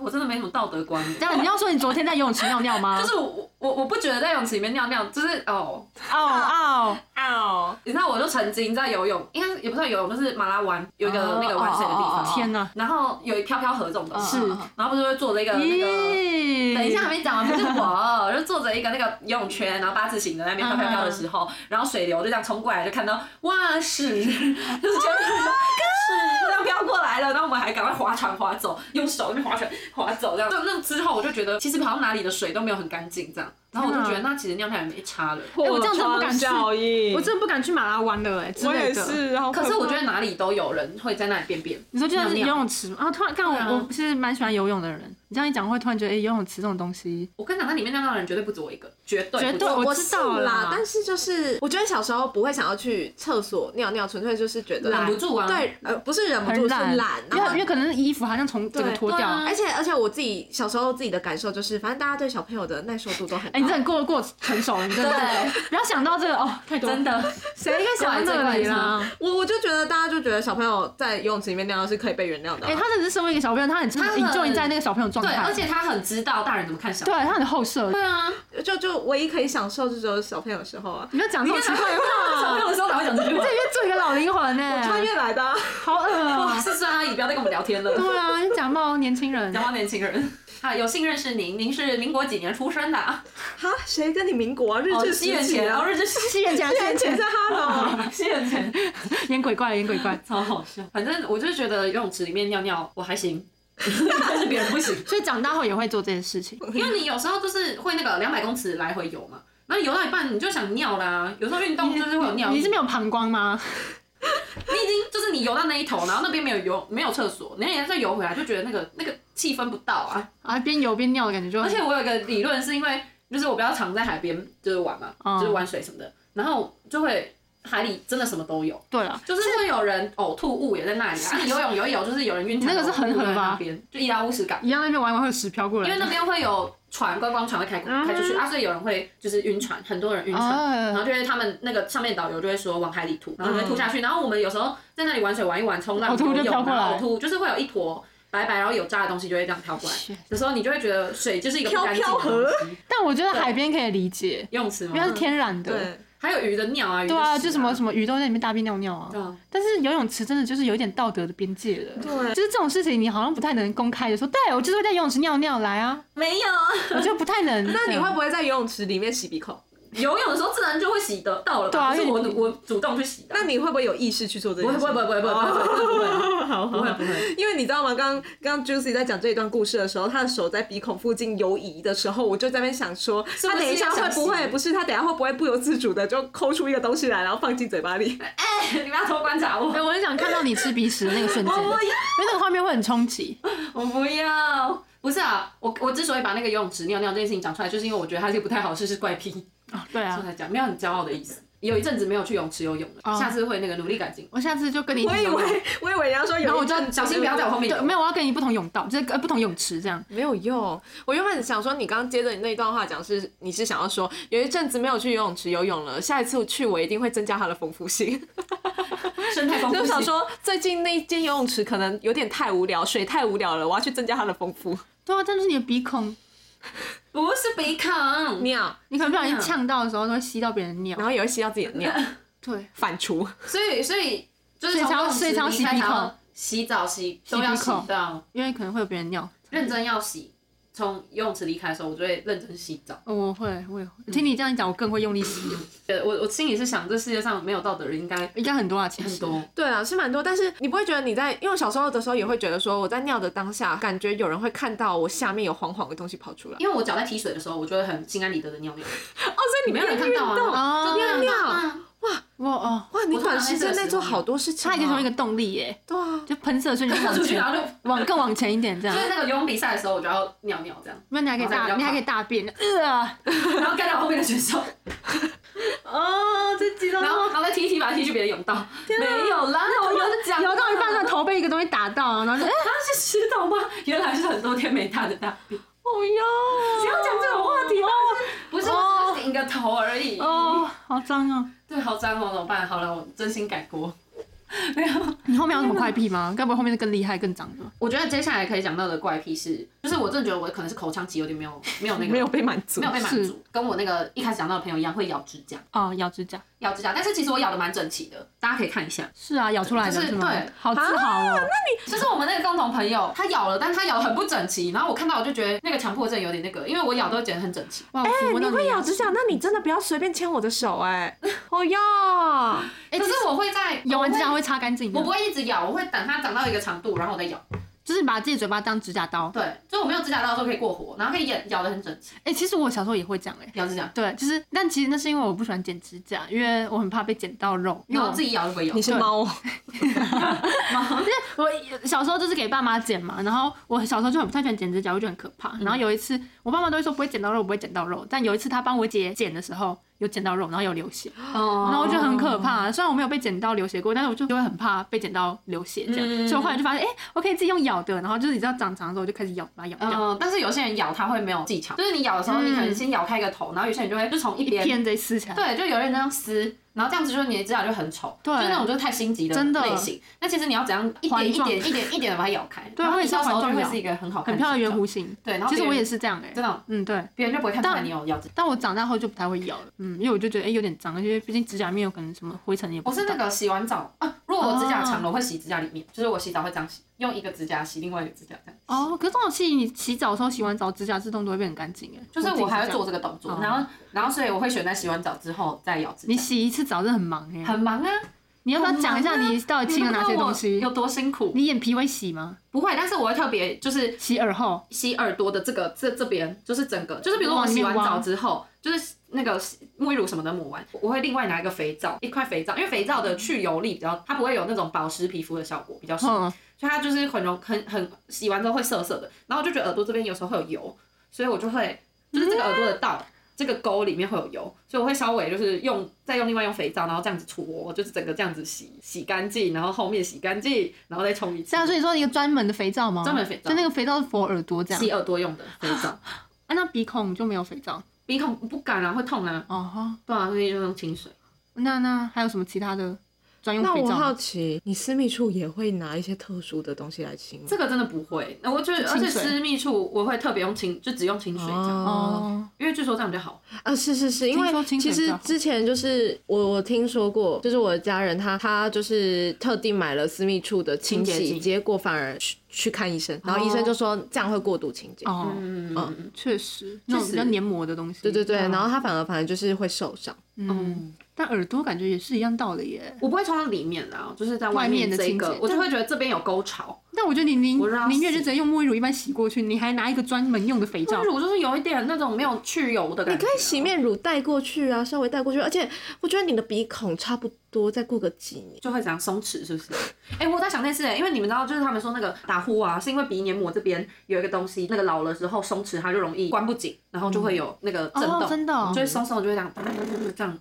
Speaker 4: 我真的没什么道德观。
Speaker 2: 这样你要说你昨天在游泳池尿尿吗？
Speaker 4: 就是我我我不觉得在泳池里面尿尿，就是哦，
Speaker 2: 哦哦，
Speaker 1: 哦，
Speaker 4: 你知道我就曾经在游泳，应该也不算游泳，就是马拉湾有一个
Speaker 1: 哦
Speaker 4: 那个玩水的地
Speaker 1: 哦哦
Speaker 4: 方
Speaker 1: 哦，
Speaker 2: 天哪！
Speaker 4: 然后有一飘飘河这种东西，
Speaker 2: 是
Speaker 4: 然后不是会坐着一个那个。
Speaker 2: 咦，
Speaker 4: 等一下，还没讲完，不是我，就坐着一个那个游泳圈，然后八字形的在那边飘飘飘的时候，然后水流就这样冲过来，就看到哇屎，就是全部屎就这样飘过来了，然后我们还赶快划船划走，用手就划船划走，这样。就那之后我就觉得，其实好像哪里的水都没有很干净这样，然后我就觉得那其实尿尿也没差了。
Speaker 2: 我这样真的不敢去
Speaker 1: 应
Speaker 2: 我真的不敢去马拉湾了哎、之
Speaker 1: 我
Speaker 2: 类
Speaker 1: 也
Speaker 2: 的。
Speaker 1: 是，好
Speaker 4: 可是
Speaker 1: 怕
Speaker 4: 我觉得哪里都有人会在那里便便，
Speaker 2: 你说就像是
Speaker 4: 尿
Speaker 2: 游
Speaker 4: 尿
Speaker 2: 泳池啊，突然看
Speaker 4: 对啊
Speaker 2: 我，我其实蛮喜欢游泳的人，你这样一讲，会突然觉得，哎、游泳池这种东西，
Speaker 4: 我跟你讲，那里面那样的人绝对不止我一个，绝对
Speaker 2: 绝
Speaker 4: 不止
Speaker 2: 对
Speaker 4: 我
Speaker 2: 我
Speaker 1: 我
Speaker 2: 知
Speaker 1: 是
Speaker 2: 道
Speaker 1: 啦
Speaker 2: 啦，
Speaker 1: 但是就是我觉得小时候不会想要去厕所尿尿，纯粹就是觉得
Speaker 4: 忍不住啊
Speaker 1: 对，呃，不是忍不
Speaker 2: 很
Speaker 1: 住，是
Speaker 2: 懒，
Speaker 1: 懒，
Speaker 2: 因
Speaker 1: 然
Speaker 2: 为
Speaker 1: 后
Speaker 2: 因为可能衣服好像从整个
Speaker 1: 对
Speaker 2: 脱
Speaker 3: 对
Speaker 2: 掉。
Speaker 3: 啊
Speaker 2: 哎、
Speaker 1: 而且而且我自己小时候自己的感受就是，反正大家对小朋友的耐受度都很高。
Speaker 2: 哎欸你真的过过成熟了，你真的
Speaker 4: 对
Speaker 2: 不要想到这个哦，太多了
Speaker 4: 真的，
Speaker 1: 谁应该想到
Speaker 4: 怪
Speaker 1: 那
Speaker 4: 怪
Speaker 1: 里
Speaker 4: 的
Speaker 1: 啦？我我就觉得大家就觉得小朋友在游泳池里面尿尿是可以被原谅的啊。
Speaker 2: 哎、他只是身为一个小朋友，他很他
Speaker 4: 他
Speaker 2: 很
Speaker 4: 很
Speaker 2: enjoy 在那个小朋友状
Speaker 4: 对，
Speaker 2: 态，
Speaker 4: 而且他很知道大人怎么看小
Speaker 2: 对
Speaker 4: 孩。
Speaker 2: 他很后设。
Speaker 4: 对啊，
Speaker 1: 就就唯一可以享受就只有小朋友的时候啊，
Speaker 2: 你不要讲这种奇怪的
Speaker 4: 小
Speaker 2: 话
Speaker 4: 朋，友的时候哪会讲这句
Speaker 2: 这？
Speaker 4: 话
Speaker 2: 里面做一个老灵魂呢、
Speaker 1: 穿越来的啊、
Speaker 2: 好恶
Speaker 4: 哇，
Speaker 2: 啊、
Speaker 4: 哦是孙阿姨，不要再跟我们聊天了。
Speaker 2: 对啊，你假冒年轻人
Speaker 4: 讲，到年轻人啊，有幸认识您，您是民国几年出 生的啊？
Speaker 1: 哈，谁跟你民国啊？日
Speaker 4: 哦，
Speaker 1: 治
Speaker 4: 西
Speaker 1: 时
Speaker 4: 元
Speaker 1: 期
Speaker 4: 前，哦，
Speaker 1: 啊，
Speaker 4: 日治时期，
Speaker 2: 七元前，七
Speaker 1: 西元前在哈喽。
Speaker 4: 西元前，
Speaker 2: 演鬼怪，演鬼怪。
Speaker 4: 超好笑。反正我就觉得游泳池里面尿尿我还 行，但是别人不行，
Speaker 2: 所以长大后也会做这件事情。
Speaker 4: 因为你有时候就是会那个两百公尺来回游嘛。然后游到一半你就想尿啦，有时候运动就是会有尿意。
Speaker 2: 你是没有膀胱吗？
Speaker 4: 你已经就是你游到那一头，然后那边没有游没有厕所，你也再游回来就觉得那个那个气氛不到啊。
Speaker 2: 啊，边游边尿的感觉就
Speaker 4: 而且我有一个理论是因为，就是我比较常在海边就是玩嘛，
Speaker 2: 嗯
Speaker 4: 就是玩水什么的，然后就会海里真的什么都有，
Speaker 2: 对了，
Speaker 4: 就是会有人呕吐物也在那里啊，你游泳游一游就是有人晕船，
Speaker 2: 那个是很狠吧
Speaker 4: 呕吐物在那边就一拉乌石港，
Speaker 2: 一样那边玩一玩会有屎飘过来，
Speaker 4: 因为那边会有船观光船会开
Speaker 2: 嗯
Speaker 4: 开出去啊，所以有人会就是晕船，很多人晕船。然
Speaker 2: 哦
Speaker 4: 后就是他们那个上面导游就会说往海里吐，然后就会吐下去。然后我们有时候在那里玩水玩一玩，冲浪
Speaker 2: 啊呕吐就
Speaker 4: 游泳
Speaker 2: 飘过来
Speaker 4: 然后呕吐就是会有一坨白白然后有渣的东西就会这样飘过来
Speaker 2: Shit。
Speaker 4: 有时候你就会觉得水就是一个不干净的
Speaker 1: 飘飘河
Speaker 4: 东西。
Speaker 2: 但我觉得海边可以理解，
Speaker 4: 游泳池吗嗯
Speaker 2: 因为？它是天然的。
Speaker 1: 对，
Speaker 4: 还有鱼的尿啊，鱼的
Speaker 2: 对啊，
Speaker 4: 屎
Speaker 2: 就什么什么鱼都在里面大便尿尿啊。
Speaker 4: 对啊，
Speaker 2: 但是游泳池真的就是有一点道德的边界了。
Speaker 1: 对
Speaker 2: 就是这种事情，你好像不太能公开的说，对我就是会在游泳池尿尿来啊，
Speaker 3: 没有，
Speaker 2: 我就不太 能。
Speaker 1: 那
Speaker 2: 这
Speaker 1: 你
Speaker 2: 样
Speaker 1: 会不会在游泳池里面洗鼻孔？
Speaker 4: 游泳的时候自然就会洗得到了
Speaker 2: 对啊
Speaker 4: 吧，就是
Speaker 2: 因
Speaker 4: 我
Speaker 2: 为你
Speaker 4: 我主动去洗的啊。
Speaker 1: 那你会不会有意识去做这
Speaker 4: 不
Speaker 1: 件
Speaker 4: 会
Speaker 1: 事？
Speaker 4: 不会不会不会不会不会
Speaker 1: 好
Speaker 4: 不会不会不会，
Speaker 1: 因为你知道吗？刚刚刚 Juicy 在讲这一段故事的时候，他的手在鼻孔附近游移的时候，我就在那边想说，
Speaker 4: 不是
Speaker 1: 他等一下
Speaker 4: 要
Speaker 1: 会
Speaker 4: 想
Speaker 1: 不
Speaker 4: 洗
Speaker 1: 会不是他等一下会不会不由自主的就抠出一个东西来，然后放进嘴巴里？
Speaker 4: 你不要偷观察我
Speaker 2: 哎，，我很想看到你吃鼻屎的那个瞬间，因 为那个画面会很冲击。
Speaker 4: 我不要。不是啊，我我之所以把那个游泳池尿尿这件事情讲出来，就是因为我觉得它是一个不太好的事，是怪癖，所
Speaker 2: 对啊
Speaker 4: 以，才讲，没有很骄傲的意思。有一阵子没有去泳池游泳
Speaker 2: 哦
Speaker 4: 了，下次会那个努力改进。
Speaker 2: 我下次就跟你一起
Speaker 1: 哎我以
Speaker 2: 游泳。
Speaker 1: 为 我以为你要说有一
Speaker 2: 然后我就
Speaker 1: 阵子
Speaker 4: 小心不要在我后面
Speaker 2: 对，
Speaker 4: 游。
Speaker 2: 没有，我要跟你不同泳道，就是呃不同泳池这样。
Speaker 1: 没有用。我原本想说，你刚刚接着你那段话讲是你是想要说，有一阵子没有去游泳池游泳了，下一次我去我一定会增加它的丰富性。
Speaker 4: 生态丰富
Speaker 1: 就
Speaker 4: 性
Speaker 1: 想说，最近那间游泳池可能有点太无聊，水太无聊了，我要去增加它的丰富。
Speaker 2: 对啊，但是你的鼻孔，
Speaker 4: 不是鼻孔，
Speaker 1: 尿，
Speaker 2: 你可能不小心呛到的时候，都会吸到别人的尿
Speaker 1: 然。后也会吸到自己的 尿，
Speaker 2: 对，
Speaker 1: 反刍。
Speaker 4: 所以所以就
Speaker 2: 所
Speaker 4: 是
Speaker 2: 以
Speaker 4: 从
Speaker 2: 才要
Speaker 4: 游泳池
Speaker 2: 所以才要
Speaker 4: 离
Speaker 2: 洗
Speaker 4: 开
Speaker 2: 鼻
Speaker 4: 才要
Speaker 2: 孔
Speaker 4: 哦洗澡洗都要
Speaker 2: 鼻
Speaker 4: 洗
Speaker 2: 孔
Speaker 4: 到，
Speaker 2: 因为可能会有别人尿。
Speaker 4: 认真要洗。从游泳池离开的时候，我就会认真洗澡。
Speaker 2: 哦我会，我也会。听你这样一讲，我更会用力吸。
Speaker 4: 对我我心里是想，这世界上没有道德的人应该
Speaker 2: 应该很多啊，其
Speaker 4: 很
Speaker 2: 实。
Speaker 4: 多。
Speaker 1: 对啊，是蛮多，但是你不会觉得你在，因为我小时候的时候也会觉得说，我在尿的当下，感觉有人会看到我下面有黄黄的东西跑出来。
Speaker 4: 因为我脚在踢水的时候，我就会很心安理得的尿
Speaker 1: 哦，
Speaker 4: 尿。
Speaker 1: 所以你
Speaker 4: 没有人看到啊
Speaker 1: 运动
Speaker 2: 哦
Speaker 1: 真的尿
Speaker 4: 啊
Speaker 2: 哇哦，
Speaker 1: 哇，你
Speaker 4: 我通常
Speaker 1: 短时
Speaker 4: 在这
Speaker 1: 间
Speaker 4: 个
Speaker 1: 内
Speaker 4: 时
Speaker 1: 做
Speaker 4: 候
Speaker 1: 好多事情、啊，
Speaker 2: 它也可以成为一个动力耶，
Speaker 1: 对啊，
Speaker 2: 就喷射瞬间就往
Speaker 4: 出去，
Speaker 2: 前，
Speaker 4: 然后 就
Speaker 2: 往更往前一点这样
Speaker 4: 嗯啊就。是那个游泳比赛的时候，我就要尿尿这样，
Speaker 2: 那你还可以
Speaker 4: 然后
Speaker 2: 大，
Speaker 4: 再比较
Speaker 2: 你还可以大便，呃，
Speaker 4: 然后干到后面的选手，
Speaker 2: 哦，这激动
Speaker 4: 然后然后再踢一踢，把它踢去别的泳 道。没有啦，那我们讲
Speaker 2: 摇到一半，那头被一个东西打到， 然后就哎，
Speaker 4: 是石头吗？原来是很多天没大的大便。
Speaker 1: 哦哟，
Speaker 4: 不要讲这种话题啦，不是，我只是顶个头而已。
Speaker 2: 哦，好脏哦。
Speaker 4: 对，好脏哦，怎么办？好了，我真心改过。没有，
Speaker 2: 你后面有什么快屁吗？该不会后面是更厉害、更脏的吧？
Speaker 4: 我觉得接下来可以讲到的怪癖是，就是我真的觉得我可能是口腔期有点没有没有那个
Speaker 1: 没有被满足
Speaker 4: 没有，被满
Speaker 2: 是
Speaker 4: 足，跟我那个一开始讲到的朋友一样会咬指甲，
Speaker 2: 哦，咬指甲。
Speaker 4: 咬指甲，但是其实我咬的蛮整齐的，大家可以看一下。
Speaker 2: 是啊，咬出来的
Speaker 4: 就是
Speaker 2: 吗
Speaker 4: 对？
Speaker 2: 好自豪哦！
Speaker 4: 就是我们那个共同朋友，他咬了，但他咬的很不整齐，然后我看到我就觉得那个强迫症有点那个，因为我咬都觉得很整齐。
Speaker 2: 哇，哎
Speaker 1: 你会咬指甲，啊那你真的不要随便牵我的手哎、哦 哟，
Speaker 2: 哎，
Speaker 4: 可
Speaker 2: 就是
Speaker 4: 我会在
Speaker 2: 咬完指甲
Speaker 4: 我会
Speaker 2: 会擦干净的，
Speaker 4: 我不会一直咬，我会等它长到一个长度，然后我再咬。
Speaker 2: 就是把自己嘴巴当指甲刀。
Speaker 4: 对，所以我没有指甲刀的时候可以过火，然后可以咬咬的很整齐。
Speaker 2: 哎，其实我小时候也会这样哎。
Speaker 4: 咬指甲，
Speaker 2: 对，就是，但其实那是因为我不喜欢剪指甲，因为我很怕被剪到肉。因
Speaker 4: 然
Speaker 2: 为
Speaker 4: 后
Speaker 2: 我
Speaker 4: 自己咬就不会咬
Speaker 1: 你。是猫哦，
Speaker 2: 我小时候就是给爸妈剪嘛，然后我小时候就很不太喜欢剪指甲，我觉得很可怕。然
Speaker 4: 嗯
Speaker 2: 后有一次，我爸妈都会说不会剪到肉，不会剪到肉。但有一次他帮我姐剪的时候，有剪到肉，然后有流血，然
Speaker 4: 然
Speaker 2: 后我就很可怕。
Speaker 4: 哦
Speaker 2: 虽然我没有被剪到流血过，但是我就就会很怕被剪到流血这样。
Speaker 4: 嗯
Speaker 2: 所以我后来就发现，哎、我可以自己用咬的。然后就是你知道长长的时候，我就开始咬，把它咬掉。
Speaker 4: 嗯，但是有些人咬它会没有技巧，就是你咬的时候，你可
Speaker 2: 嗯
Speaker 4: 能先咬开一个头，然后有些人就会就从一
Speaker 2: 一
Speaker 4: 边，
Speaker 2: 片再撕起来，
Speaker 4: 对，就有人这样撕，然后这样子就是你的指甲就很丑，
Speaker 2: 对
Speaker 4: 就是那种就是太心急
Speaker 2: 真的
Speaker 4: 类型。那其实你要怎样一点
Speaker 2: 环
Speaker 4: 一
Speaker 2: 状
Speaker 4: 点一点一点的把它咬开，
Speaker 2: 对
Speaker 4: 然后
Speaker 2: 会
Speaker 4: 你
Speaker 2: 像
Speaker 4: 到时候
Speaker 2: 环
Speaker 4: 就
Speaker 2: 状
Speaker 4: 会
Speaker 2: 咬
Speaker 4: 是一个很好看
Speaker 2: 很漂亮的
Speaker 4: 形
Speaker 2: 圆
Speaker 4: 状
Speaker 2: 弧形。
Speaker 4: 对，然后
Speaker 2: 其实
Speaker 4: 别
Speaker 2: 我
Speaker 4: 人
Speaker 2: 也是这样哎、
Speaker 4: 真的哦
Speaker 2: 嗯，对。
Speaker 4: 别人就不会看出来
Speaker 2: 但
Speaker 4: 你有咬指甲。
Speaker 2: 但我长大后就不太会咬了，嗯，因为我就觉得哎、诶有点脏，因为毕竟指甲里面有可能什么灰尘也不
Speaker 4: 我
Speaker 2: 知道。
Speaker 4: 是那个洗完澡啊，如果我指甲
Speaker 2: 哦
Speaker 4: 长了，我会洗指甲里面，就是我洗澡会这样洗，用一个指甲洗另外一个指甲这样。
Speaker 2: 哦，可是这种洗你洗澡的时候洗完澡指甲自动都会变很干净哎，
Speaker 4: 就是我还会做
Speaker 2: 自己
Speaker 4: 这个动作
Speaker 2: 哦，
Speaker 4: 然后然后所以我会选在洗完澡之后再咬指
Speaker 2: 这样。你
Speaker 4: 甲。
Speaker 2: 洗一次澡真的很忙哎，
Speaker 4: 很忙啊，
Speaker 2: 你要不要讲一下你到底清了哪些东
Speaker 4: 你
Speaker 2: 西
Speaker 4: 不知道我有？多辛苦？
Speaker 2: 你眼皮会洗吗？
Speaker 4: 不会，但是我会特别就是
Speaker 2: 洗耳后，
Speaker 4: 洗耳朵的这个这这边，就是整个，就是比如说我洗完澡之后，就是那个沐浴乳什么的抹完，我会另外拿一个肥皂，一块肥皂，因为肥皂的去油力比较，它不会有那种保湿皮肤的效果，比较少。
Speaker 2: 嗯，
Speaker 4: 所以它就是很容很很洗完之后会涩涩的，然后我就觉得耳朵这边有时候会有油，所以我就会就是这个耳朵的道、这个沟里面会有油，所以我会稍微就是用再用另外用肥皂，然后这样子搓，就是整个这样子洗洗干净，然后后面洗干净，然后再冲一次。
Speaker 2: 这啊样所以说一个专门的肥皂吗？
Speaker 4: 专门肥皂
Speaker 2: 就那个肥皂是佛耳朵这样
Speaker 4: 洗。耳朵用的肥皂，
Speaker 2: 啊，那鼻孔就没有肥皂
Speaker 4: 鼻孔不敢啊，会痛啊，
Speaker 2: 哦哈。
Speaker 4: 对啊，所以就用清水。
Speaker 2: 那那还有什么其他的专用
Speaker 1: 那
Speaker 2: 肥
Speaker 1: 我
Speaker 2: 皂
Speaker 1: 好
Speaker 4: 哦
Speaker 2: 吗？
Speaker 1: 奇，你私密处也会拿一些特殊的东西来清吗？
Speaker 4: 这个真的不会，那我觉得而
Speaker 2: 清
Speaker 4: 且
Speaker 2: 水
Speaker 4: 私密处我会特别用清，就只用清水这样，
Speaker 1: 哦，
Speaker 2: 哦，
Speaker 4: 因为据说这样比较好。
Speaker 1: 啊，是是是，因为
Speaker 2: 听说清水
Speaker 1: 其
Speaker 2: 比
Speaker 1: 实
Speaker 2: 较好
Speaker 1: 之前就是我我听说过，就是我的家人他他就是特地买了私密处的清哦
Speaker 4: 清洁
Speaker 1: 洗，
Speaker 4: 剂
Speaker 1: 结果反而去去看医生，然后医生就说这样会过度清洁。
Speaker 2: 哦，
Speaker 4: 嗯嗯
Speaker 2: 确实，那种比
Speaker 4: 确实
Speaker 2: 较黏膜的东西。
Speaker 1: 对对对，
Speaker 2: 嗯
Speaker 1: 然后他反而反而就是会受伤。
Speaker 2: 嗯，
Speaker 4: 嗯。
Speaker 2: 但耳朵感觉也是一样道理耶。
Speaker 4: 我不会冲到里面啦，就是在
Speaker 2: 外面
Speaker 4: 面
Speaker 2: 的
Speaker 4: 这一
Speaker 2: 清
Speaker 4: 个
Speaker 2: 洁，
Speaker 4: 我就会觉得这边有沟槽。
Speaker 2: 但我觉得你宁
Speaker 4: 我让它
Speaker 2: 宁愿就
Speaker 4: 洗
Speaker 2: 直接用沐浴乳一般洗过去，你还拿一个专门用的肥皂
Speaker 4: 但是，我就是有一点那种没有去油的感
Speaker 1: 你
Speaker 4: 觉。啊
Speaker 1: 可以洗面乳带过去啊，稍微带过去，而且我觉得你的鼻孔差不多再过个几年。
Speaker 4: 就会怎样松弛，是不 是？哎、我在想那次、欸，因为你们知道，就是他们说那个打呼啊，是因为鼻黏膜这边有一个东西，那个老了之后松弛，它就容易关不紧，然后就会有那个震动，
Speaker 2: 哦真的哦
Speaker 4: 就会松松的，就会这样这样。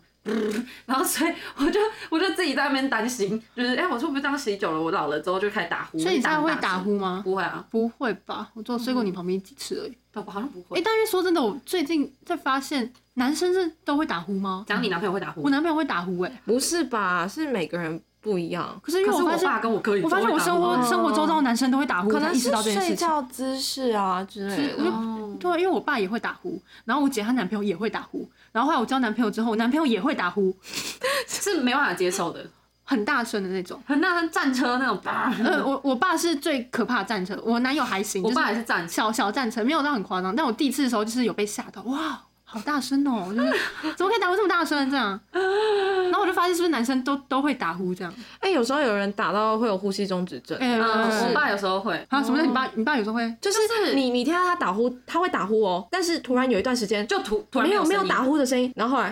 Speaker 4: 然后，所以我就我就自己在那边担心，就是哎、我是不是这样洗久了，我老了之后就开始打呼？
Speaker 2: 所以你现在会打
Speaker 4: 声？
Speaker 2: 呼吗？
Speaker 4: 不会啊，
Speaker 2: 不会吧，我只有睡过你旁边几次而已。
Speaker 4: 我好像不
Speaker 2: 哎、
Speaker 4: 会。
Speaker 2: 但是说真的，我最近在发现，男生是都会打呼吗？
Speaker 4: 讲你男朋友会打呼
Speaker 2: 我，男朋友会打呼哎、
Speaker 1: 不是吧？是每个人不一样，
Speaker 2: 可是因为
Speaker 4: 可是
Speaker 2: 我发
Speaker 4: 我
Speaker 2: 现，
Speaker 4: 爸跟我哥也
Speaker 2: 我发
Speaker 4: 都会
Speaker 2: 现我
Speaker 4: 打
Speaker 2: 生
Speaker 4: 呼
Speaker 2: 活
Speaker 4: 啊
Speaker 2: 生活周遭的男生都会打呼，我才意识到这件事情。
Speaker 1: 姿势啊之类
Speaker 2: 我就对，因为我爸也会打呼，然后我姐她男朋友也会打呼，然后后来我交男朋友之后，我男朋友也会打呼，
Speaker 4: 是没办法接受的，
Speaker 2: 很大声的那种。
Speaker 4: 很大声战 车那种，叭
Speaker 2: 呃，我我爸是最可怕的战车，我男友还行，
Speaker 4: 我
Speaker 2: 就是
Speaker 4: 爸也是战车，
Speaker 2: 小小战车，没有到很夸张。但我第一次的时候就是有被吓到，哇，好大声哦、就是 怎么可以打呼这么大声这样？然后我就发现是不是男生都都会打呼这样？
Speaker 1: 哎、有时候有人打到会有呼吸中止症。
Speaker 2: 哎、
Speaker 4: 嗯，我
Speaker 2: 是
Speaker 4: 爸有时候会，
Speaker 2: 啊，什么叫你爸？你爸有时候会
Speaker 1: 就是你，你听到他打呼，他会打呼哦，但是突然有一段时间就
Speaker 4: 就突突然
Speaker 1: 没有没有
Speaker 4: 声音
Speaker 1: 打，呼的声音，然后后来，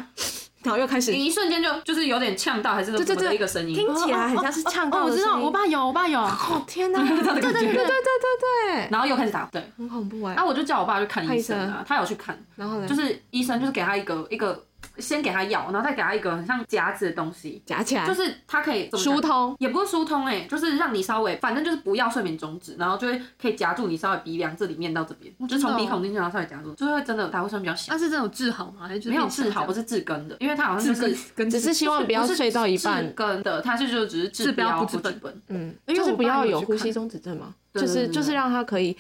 Speaker 1: 然后又开始
Speaker 4: 你一瞬间就就是有点呛到，还是什么
Speaker 1: 对对
Speaker 4: 的一个声音，
Speaker 1: 听起来很像是唱
Speaker 2: 哦，
Speaker 1: 歌
Speaker 2: 我
Speaker 1: 的
Speaker 2: 知
Speaker 1: 声
Speaker 2: 道，
Speaker 1: 音
Speaker 2: 我爸有，我爸有。
Speaker 1: 哦天哪，对对对对对对 对对，
Speaker 4: 然后又开始打呼，对，
Speaker 1: 很恐怖哎
Speaker 4: 然。后我就叫我爸去看医生
Speaker 1: 看医
Speaker 4: 啊，他有去看，
Speaker 1: 然后呢，
Speaker 4: 就是是医生就是给他一个一个，先给他药，然后再给他一个很像夹子的东西，
Speaker 1: 夹
Speaker 2: 啊
Speaker 1: 起来，
Speaker 4: 就是他可以怎么讲
Speaker 1: 疏通。
Speaker 4: 也不是疏通哎、就是让你稍微，反正就是不要睡眠终止，然后就会可以夹住你稍微鼻梁这里面到这边，就
Speaker 2: 真的
Speaker 4: 从
Speaker 2: 哦
Speaker 4: 鼻孔进去，然后稍微夹住，就是会真的打呼声比较小
Speaker 2: 那、。是这种治好吗？还是就是
Speaker 4: 没有
Speaker 2: 变成
Speaker 4: 治好，
Speaker 2: 这
Speaker 4: 不
Speaker 2: 样
Speaker 4: 是治根的，因为它好像就
Speaker 2: 治
Speaker 4: 是
Speaker 2: 根根
Speaker 1: 只
Speaker 2: 治
Speaker 1: 是希望不要睡到一半
Speaker 4: 治，根的，它是就只是治
Speaker 2: 治标
Speaker 4: 标
Speaker 2: 不
Speaker 4: 不
Speaker 2: 治
Speaker 4: 治
Speaker 2: 本
Speaker 4: 本。
Speaker 1: 嗯，
Speaker 2: 因为
Speaker 1: 就是
Speaker 2: 我
Speaker 1: 不
Speaker 2: 爸
Speaker 1: 要
Speaker 2: 有
Speaker 1: 有
Speaker 2: 去
Speaker 1: 呼吸
Speaker 2: 看
Speaker 1: 中止症嘛，
Speaker 4: 对
Speaker 1: 就
Speaker 4: 对
Speaker 1: 是
Speaker 4: 对
Speaker 1: 就是
Speaker 4: 对
Speaker 1: 让他可以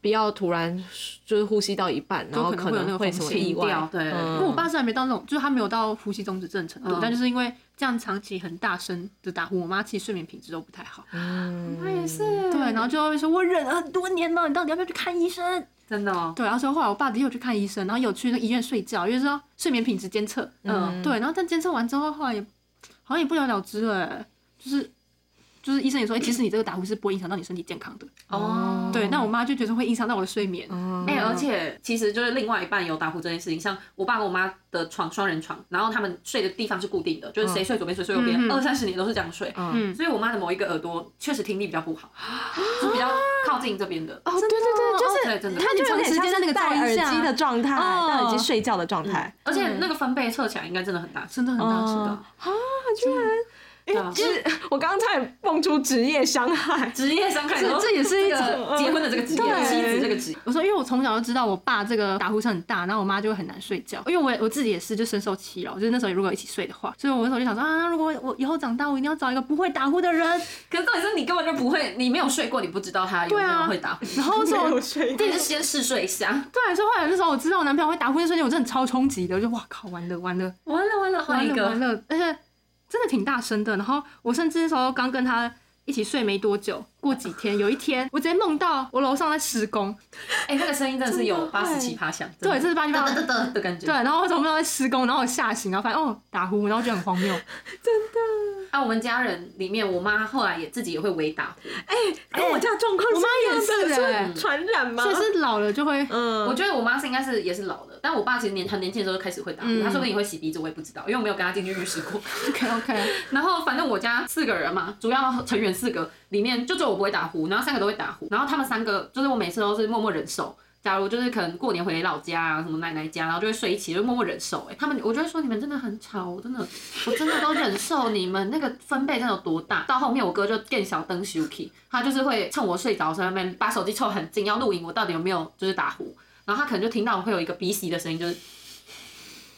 Speaker 1: 不要突然就是呼吸到一半，然后
Speaker 2: 可能会有那
Speaker 1: 能
Speaker 2: 个
Speaker 1: 会
Speaker 2: 风
Speaker 1: 什么
Speaker 2: 险
Speaker 1: 意外
Speaker 4: 掉。对
Speaker 1: 嗯
Speaker 2: 因为我爸是还没到那种，就是他没有到呼吸中止症程度，
Speaker 4: 嗯
Speaker 2: 但就是因为这样长期很大声的打呼，我妈其实睡眠品质都不太好。
Speaker 1: 嗯，
Speaker 4: 也是，
Speaker 2: 对，然后就会说，我忍了很多年了，你到底要不要去看医生？
Speaker 4: 真的哦。
Speaker 2: 对，然后所以后来我爸的确有去看医生，然后有去那医院睡觉，因为是要睡眠品质监测。
Speaker 4: 嗯，
Speaker 2: 欸对，然后但监测完之后，后来也好像也不了了之了，就是就是医生也说，哎其实你这个打呼是不会影响到你身体健康的。
Speaker 4: 哦，
Speaker 2: 对，那我妈就觉得会影响到我的睡眠。
Speaker 1: 哦
Speaker 4: 哎、而且其实就是另外一半有打呼这件事情，像我爸跟我妈的床双人床，然后他们睡的地方是固定的，就是谁睡左边谁睡右边，
Speaker 2: 嗯嗯
Speaker 4: 二三十年都是这样睡。
Speaker 2: 嗯
Speaker 4: 所以我妈的某一个耳朵确实听力比较不好，是比较靠近这边的。
Speaker 1: 哦，对对对，就
Speaker 4: 对，真的。
Speaker 1: 他就
Speaker 2: 就
Speaker 1: 有
Speaker 2: 长
Speaker 1: 点
Speaker 2: 时
Speaker 1: 像
Speaker 2: 间在那
Speaker 1: 是
Speaker 2: 个
Speaker 1: 戴
Speaker 2: 噪
Speaker 1: 耳
Speaker 2: 音下
Speaker 1: 机的状态，
Speaker 2: 哦嗯
Speaker 1: 戴耳机睡觉的状态。
Speaker 4: 而且那个分贝测起来应该真的很大，
Speaker 2: 真的很大声
Speaker 1: 哦
Speaker 2: 的。
Speaker 4: 对
Speaker 2: 哎
Speaker 4: 啊，
Speaker 1: 就是我刚刚差点蹦出职业伤害，
Speaker 4: 职业伤害，然后
Speaker 2: 这也是一嗯
Speaker 4: 这个结婚的这个职业，
Speaker 1: 对
Speaker 4: 妻子这个职业，
Speaker 2: 我说，因为我从小就知道我爸这个打呼声很大，然后我妈就会很难睡觉，因为我也我自己也是就深受其扰，就是那时候如果一起睡的话，所以我那时候就想说啊，如果我以后长大，我一定要找一个不会打呼的人。
Speaker 4: 可是重点是你根本就不会，你没有睡过，你不知道他有没
Speaker 2: 对啊
Speaker 4: 有会打呼，
Speaker 2: 然后是我
Speaker 1: 睡
Speaker 4: 这是先试睡一下。
Speaker 2: 对，所以后来那时候我知道我男朋友会打呼的瞬间，我真的超冲击的，我就哇靠，完了完了
Speaker 4: 完了完了，换
Speaker 2: 完
Speaker 4: 一
Speaker 2: 了完
Speaker 4: 个，
Speaker 2: 了，而且真的挺大声的。然后我甚至那时候刚跟他一起睡没多久，过几天有一天我直接梦到我楼上在施工，
Speaker 4: 哎，那个声音真的是有八十七趴响，
Speaker 2: 对，这
Speaker 4: 真
Speaker 2: 是八七
Speaker 4: 的
Speaker 2: 八
Speaker 4: 哒。哒哒哒的感觉。
Speaker 2: 对，然后我怎么梦到在施工，然后我吓醒，然后发现哦打呼，然后觉得很荒 谬。
Speaker 4: 啊，我们家人里面，我妈后来也自己也会微打呼。
Speaker 5: 跟我家状况
Speaker 2: 我妈也
Speaker 5: 是一
Speaker 2: 是
Speaker 5: 样的
Speaker 2: 哎
Speaker 5: 是传染吗
Speaker 2: 所以是老了就会，
Speaker 5: 嗯，
Speaker 4: 我觉得我妈是应该是也是老了，但我爸其实年很年轻的时候就开始会打呼，他说不定也会洗鼻子，我也不知道，因为我没有跟他进去浴室过。
Speaker 2: OK OK，
Speaker 4: 然后反正我家四个人嘛，主要成员四个里面就只有我不会打呼，然后三个都会打呼，然后他们三个就是我每次都是默默忍受。假如就是可能过年回老家啊，什么奶奶家，然后就会睡一起，就默默忍受、哎，他们我就会说你们真的很吵，我真的我真的都忍受你们那个分贝真的有多大。到后面我哥就变小灯 Suki，他就是会趁我睡着的时候，在那边把手机凑很近，要录影我到底有没有就是打呼。然后他可能就听到会有一个鼻息的声音，就是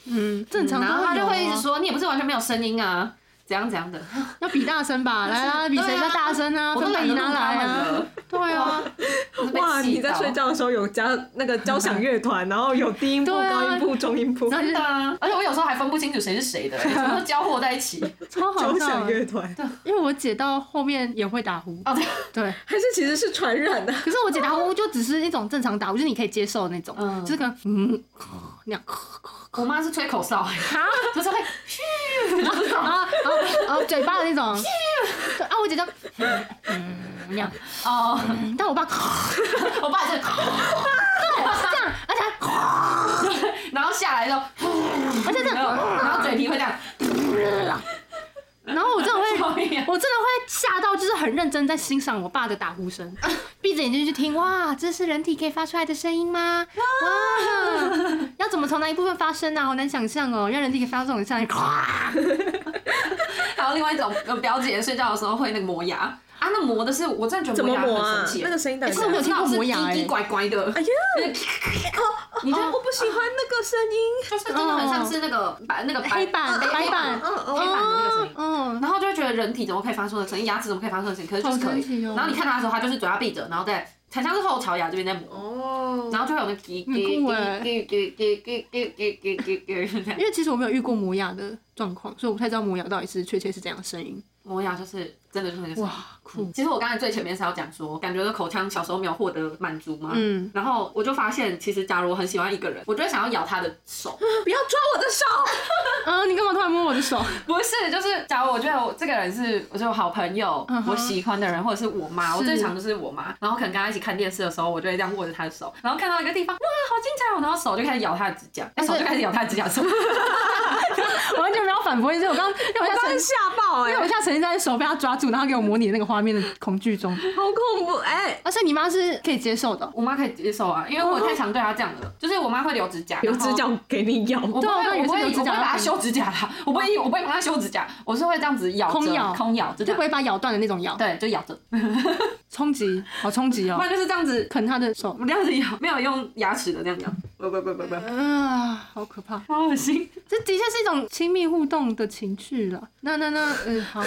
Speaker 2: 嗯，正常、
Speaker 4: 然后他就会一啊直
Speaker 2: 说
Speaker 4: 说你也不是完全没有声音啊，怎样怎样的。
Speaker 2: 要比大声 吧，来啊，比谁比较大声啊，
Speaker 4: 我
Speaker 2: 分
Speaker 4: 都
Speaker 2: 贝
Speaker 4: 懒
Speaker 2: 你
Speaker 4: 得录
Speaker 2: 拿
Speaker 4: 他
Speaker 2: 来
Speaker 4: 们
Speaker 2: 啊，
Speaker 4: 了。
Speaker 2: 对啊，
Speaker 5: 哇，
Speaker 4: 哇，
Speaker 5: 你在睡？觉的时候 有加那个交响乐团，然后有低音部、
Speaker 2: 对啊
Speaker 5: 高音部、中音部，
Speaker 4: 真的啊！而且我有时候还分不清楚谁是 谁的、欸，全部都交互在一起。
Speaker 2: 超好
Speaker 5: 交响
Speaker 2: 笑的。欸
Speaker 5: 乐团，
Speaker 2: 因为我姐到后面也会打呼，
Speaker 4: 哦，对，
Speaker 2: 对，
Speaker 5: 还是其实是传染 的？
Speaker 2: 可是我姐打呼就只是一种正常打呼，就是你可以接受的那种，
Speaker 4: 嗯
Speaker 2: 就是可能嗯那样，
Speaker 4: 我妈是吹口哨、欸，就是会嘘，就是
Speaker 2: 然后然后然后嘴巴的那种， 对啊，我姐就嗯嗯那样，
Speaker 4: 哦，
Speaker 2: 但我爸
Speaker 4: 我爸也是，
Speaker 2: 这样，啊而且他
Speaker 4: 然后下来就，
Speaker 2: 啊而 且这
Speaker 4: 然
Speaker 2: 样，
Speaker 4: 后然后嘴皮会这样，
Speaker 2: 然后我真的会。
Speaker 4: 所以
Speaker 2: 我真的会吓到，就是很认真在欣赏我爸的打呼声，闭着眼睛去听，哇，这是人体可以发出来的声音吗？哇，要怎么从哪一部分发声呢、啊？好难想象哦，让人体可以发出这种 声音，咔
Speaker 4: 还有另外一种，我表姐睡觉的时候会那个磨牙啊，那磨的是我真的觉得
Speaker 5: 怎么
Speaker 4: 磨牙
Speaker 5: 磨啊
Speaker 4: 很神？奇、
Speaker 5: 那个声音到底
Speaker 4: 欸
Speaker 5: 是
Speaker 2: 我没有听过
Speaker 4: 是
Speaker 2: 磨牙欸
Speaker 4: 叽叽拐拐的，
Speaker 5: 哎呀，哦
Speaker 4: 你就
Speaker 5: 我不喜欢那个声音。
Speaker 4: 就是真的很像是那个白那个白
Speaker 2: 哦
Speaker 4: 呃
Speaker 2: 黑板
Speaker 4: 黑
Speaker 2: 白板
Speaker 4: 黑
Speaker 5: 哦
Speaker 4: 黑板的那个声音。
Speaker 2: 嗯，
Speaker 4: 然后就会觉得人体怎么可以发出的声音，牙齿怎么可以发出的声音，可是就是
Speaker 2: 好
Speaker 4: 可
Speaker 2: 神奇
Speaker 4: 以。
Speaker 2: 哦
Speaker 4: 然后你看他的时候，他就是嘴巴闭着，然后再很像是后槽牙这边在磨，
Speaker 5: 哦，
Speaker 4: 然后就会有那叽
Speaker 2: 很酷欸
Speaker 4: 叽叽叽叽叽叽叽叽叽叽这样
Speaker 2: 因为其实我没有遇过磨牙的状况，所以我不太知道磨牙到底是确切是怎样的声音。
Speaker 4: 磨牙就是真的就是那个声音。
Speaker 2: 哇，酷！
Speaker 4: 其实我刚才最前面是要讲说，感觉到口腔小时候没有获得满足嘛。
Speaker 2: 嗯，
Speaker 4: 然后我就发现，其实假如我很喜欢一个人，我就会想要咬他的手。
Speaker 5: 不要抓我的 手！
Speaker 2: 啊，你干嘛突然摸我的手？
Speaker 4: 不是，就是假如我觉得我这个人是我就好朋友，
Speaker 2: 嗯哼
Speaker 4: 我喜欢的人，或者是我妈，我
Speaker 2: 是
Speaker 4: 最常就是我妈。然后可能跟她一起看电视的时候，我就会这样握着她的手，然后看到一个地方，哇，好精彩哦！然后手就开始咬她的指甲，手就开始咬她的指 甲，手
Speaker 2: 我完全没有反驳你，所以我刚因为我现在沉
Speaker 5: 真吓爆哎、
Speaker 2: 因为我现在沉浸在手被他抓住，然后给我模拟那个画面的恐惧中。
Speaker 5: 好恐怖哎！
Speaker 2: 而且你妈是啊可以接受的哦。
Speaker 4: 我妈可以接受啊，因为我太常对她这样了，就是我妈会留指甲，
Speaker 5: 有指甲给你咬，
Speaker 4: 我不
Speaker 2: 对啊我刚
Speaker 4: 会，
Speaker 2: 以为
Speaker 4: 我不
Speaker 2: 是
Speaker 4: 会，
Speaker 2: 留
Speaker 4: 我
Speaker 2: 指
Speaker 4: 不
Speaker 2: 甲
Speaker 4: 会把
Speaker 2: 要
Speaker 4: 它修指甲啦，我不会，我不会帮她修指甲，我是会这样子咬着，
Speaker 2: 空咬
Speaker 4: 空咬，就这
Speaker 2: 就不
Speaker 4: 样，
Speaker 2: 会把哦咬断的那种咬，
Speaker 4: 对，就咬着，
Speaker 2: 冲击，好冲击
Speaker 4: 不
Speaker 2: 哦，
Speaker 4: 然就是这样子，
Speaker 2: 啃他的手，
Speaker 4: 我这样子咬，没有用牙齿的这样咬，不不不不不，
Speaker 2: 啊，好可怕！
Speaker 4: 好恶心。
Speaker 2: 这的确是一种亲密互动的情绪了。那那那，嗯，好，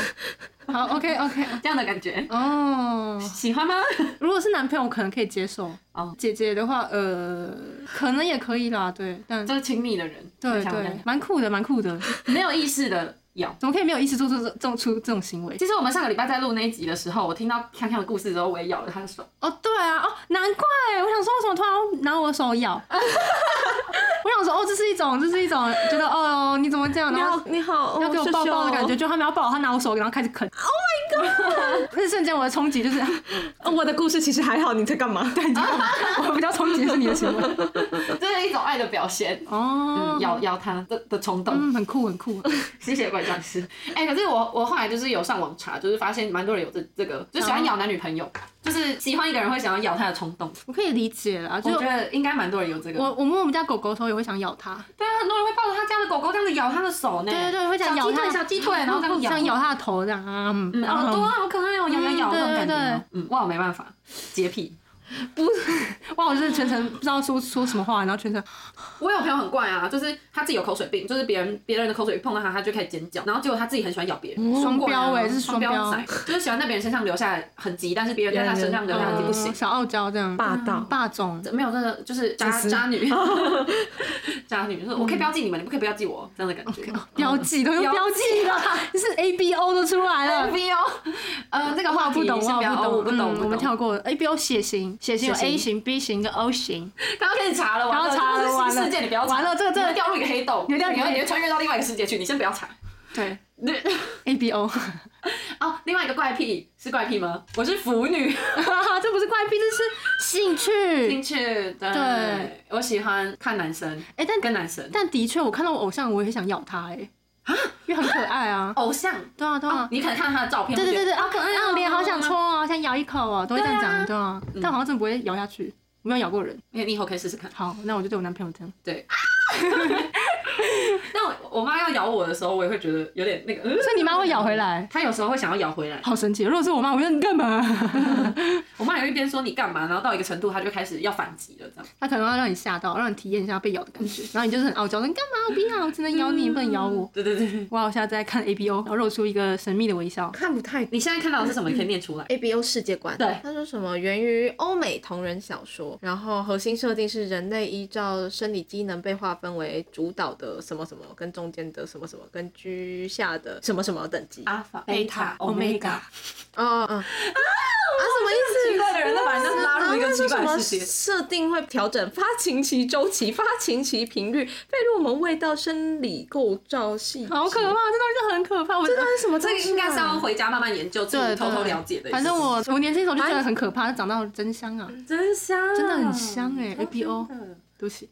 Speaker 2: 好，OK OK，
Speaker 4: 这样的感觉，
Speaker 2: 哦，
Speaker 4: 喜欢吗？
Speaker 2: 如果是男朋友，可能可以接受。
Speaker 4: 哦
Speaker 2: 姐姐的话，呃，可能也可以啦，对，但
Speaker 4: 就是亲密的人，
Speaker 2: 对
Speaker 4: 想
Speaker 2: 对
Speaker 4: 想，
Speaker 2: 蛮酷的，蛮酷的。
Speaker 4: 没有意识的咬。
Speaker 2: 怎么可以没有意识做出这种出这种行为？
Speaker 4: 其实我们上个礼拜在录那一集的时候，我听到康康的故事之后，我也咬了他的手。
Speaker 2: 哦，对啊，哦，难怪，我想说为什么突然要拿我的手咬？ 我想说，哦，这是一种，这是一种觉得，哦，你怎么这样？
Speaker 5: 你
Speaker 2: 然后
Speaker 5: 好，你好，
Speaker 2: 要给我
Speaker 5: 哦
Speaker 2: 抱抱的感
Speaker 5: 秀
Speaker 2: 觉，
Speaker 5: 秀
Speaker 2: 就他们要抱我，他拿我手，然后开始啃。Oh 那瞬间我的冲击就是，
Speaker 5: 呃我的故事其实还好，你在干嘛？对，
Speaker 2: 我比较冲击的是你的行为。
Speaker 4: 这是一种爱的表现。
Speaker 2: 哦
Speaker 4: 嗯，，咬咬他的的冲动，
Speaker 2: 嗯，很酷很酷。
Speaker 4: 吸血鬼僵尸。哎、可是我我后来就是有上网查，就是发现蛮多人有这这个，就喜欢咬男女朋友，就是喜欢一个人会想要咬他的冲动。
Speaker 2: 我可以理解啦，
Speaker 4: 我
Speaker 2: 就
Speaker 4: 觉得应该蛮多人有这个。
Speaker 2: 我我摸我们家狗狗的时候也会想咬它，
Speaker 4: 对啊，很多人会抱着他家的狗狗这样子咬他的手呢。
Speaker 2: 对对对，会想咬
Speaker 4: 小鸡
Speaker 2: 它
Speaker 4: 腿，小鸡腿，然后这样咬。
Speaker 2: 想咬它的头这样啊，嗯
Speaker 4: 嗯，
Speaker 2: 然
Speaker 4: 好
Speaker 2: 后
Speaker 4: 多啊，好可爱哦，咬咬咬
Speaker 2: 嗯
Speaker 4: 这种感
Speaker 2: 对
Speaker 4: 觉
Speaker 2: 对
Speaker 4: 哦。嗯，哇，我没办法，洁癖。
Speaker 2: 哇，我就是全程不知道说说什么话，然后全程
Speaker 4: 我有朋友很怪啊，就是他自己有口水病，就是别人别人的口水碰到他，他就开始尖叫，然后结果他自己很喜欢咬别人，
Speaker 2: 双
Speaker 4: 过来啊
Speaker 2: 标欸是双
Speaker 4: 双
Speaker 2: 标
Speaker 4: 仔，就是喜欢在别人身上留下痕迹，但是别人在他身上留下痕迹不行
Speaker 2: 嗯。小傲娇这样，
Speaker 5: 霸道
Speaker 2: 嗯霸总，
Speaker 4: 没有，真的就是渣
Speaker 5: 自私
Speaker 4: 渣 女， 渣女，就是我可以标记你们，你不可以标记我，这样的感觉。
Speaker 2: 标记都用
Speaker 4: 标
Speaker 2: 标记 了，就是 A B O 都出来了。
Speaker 4: B O，呃，这个
Speaker 2: 哇
Speaker 4: 话
Speaker 2: 我不
Speaker 4: 题
Speaker 2: 懂，
Speaker 4: 先不要
Speaker 2: 哇
Speaker 4: 哦
Speaker 2: 我
Speaker 4: 我
Speaker 2: 不懂，
Speaker 4: 不懂，
Speaker 2: 嗯我们跳过 A B O 血型，血型有
Speaker 4: 血
Speaker 2: A
Speaker 4: 型
Speaker 2: 型、B 型跟 O 型，
Speaker 4: 刚刚开始查了，
Speaker 2: 然后查了
Speaker 4: 这是
Speaker 2: 完了
Speaker 4: 世界你不要查，
Speaker 2: 完了这个这个
Speaker 4: 你会掉入一个黑洞，
Speaker 2: 有点
Speaker 4: 你会你会穿越到另外一个世界去，你先不要查。
Speaker 2: 对
Speaker 4: 对，
Speaker 2: A B O，
Speaker 4: 哦，另外一个怪癖是怪癖吗？我是腐女，
Speaker 1: 啊
Speaker 2: 这不是怪癖，这是兴趣。
Speaker 4: 进去对
Speaker 2: 对
Speaker 4: 我喜欢看男生
Speaker 2: 哎，但
Speaker 4: 跟男生
Speaker 2: 但的确，我看到我偶像，我也很想咬他哎、因为很可爱 啊。
Speaker 4: 偶像，
Speaker 2: 对啊，对
Speaker 4: 哦
Speaker 2: 啊，
Speaker 4: 你可能看到他的照片，
Speaker 2: 对对对对，
Speaker 4: 好
Speaker 2: 啊
Speaker 4: 可爱
Speaker 2: 啊，
Speaker 4: 哦，
Speaker 2: 我脸好想戳哦，想咬一口哦，都会这样讲，对啊。但我好像真的不会咬下去，我没有咬过人。
Speaker 4: 你你以后可以试试看。
Speaker 2: 好，那我就对我男朋友这样。
Speaker 4: 但我我妈要咬我的时候，我也会觉得有点那个，嗯
Speaker 2: 所以你妈会咬回来，
Speaker 4: 她有时候会想要咬回来。
Speaker 2: 好神奇。如果是我妈，我就你干嘛？
Speaker 4: 我妈也会一边说你干嘛，然后到一个程度，她就开始要反击了，这样。
Speaker 2: 她可能要让你吓到，让你体验一下被咬的感觉，然后你就是很傲娇，你干嘛？我不要，我只能咬你，不能咬我。
Speaker 4: 对对对，
Speaker 2: 哇，我现在在看 A B O，然后露出一个神秘的微笑。
Speaker 5: 看不太
Speaker 4: 你现在看到的是什么？你可以念出来。
Speaker 1: A B O 世界观，
Speaker 4: 对
Speaker 1: 他说什么源于欧美同人小说，然后核心设定是人类依照生理机能被划分为主导的什么什么，跟中间的什么什么，跟居下的什么什么等级。
Speaker 5: 啊
Speaker 4: 阿法、
Speaker 2: 贝塔 Omega
Speaker 1: 哦，嗯，啊，什么意
Speaker 5: 啊
Speaker 1: 思？
Speaker 4: 奇怪的人都把人家拉入一个奇
Speaker 1: 然
Speaker 4: 怪
Speaker 1: 后
Speaker 4: 的
Speaker 1: 啊那是什
Speaker 4: 世
Speaker 1: 么
Speaker 4: 界。
Speaker 1: 设定会调整发情期周期、发情期频率、费洛蒙味道、生理构造系，
Speaker 2: 好可怕，这东西就很可怕。我真的
Speaker 1: 这是什么东
Speaker 4: 这
Speaker 1: 西啊？
Speaker 4: 个应该是要回家慢慢研究，自己
Speaker 2: 对，
Speaker 4: 偷偷
Speaker 2: 对
Speaker 4: 了解的。
Speaker 2: 反正我我年轻的时候就觉得很可怕，长到真香啊，
Speaker 4: 真香，
Speaker 2: 真的很香哎，A B O，对不起，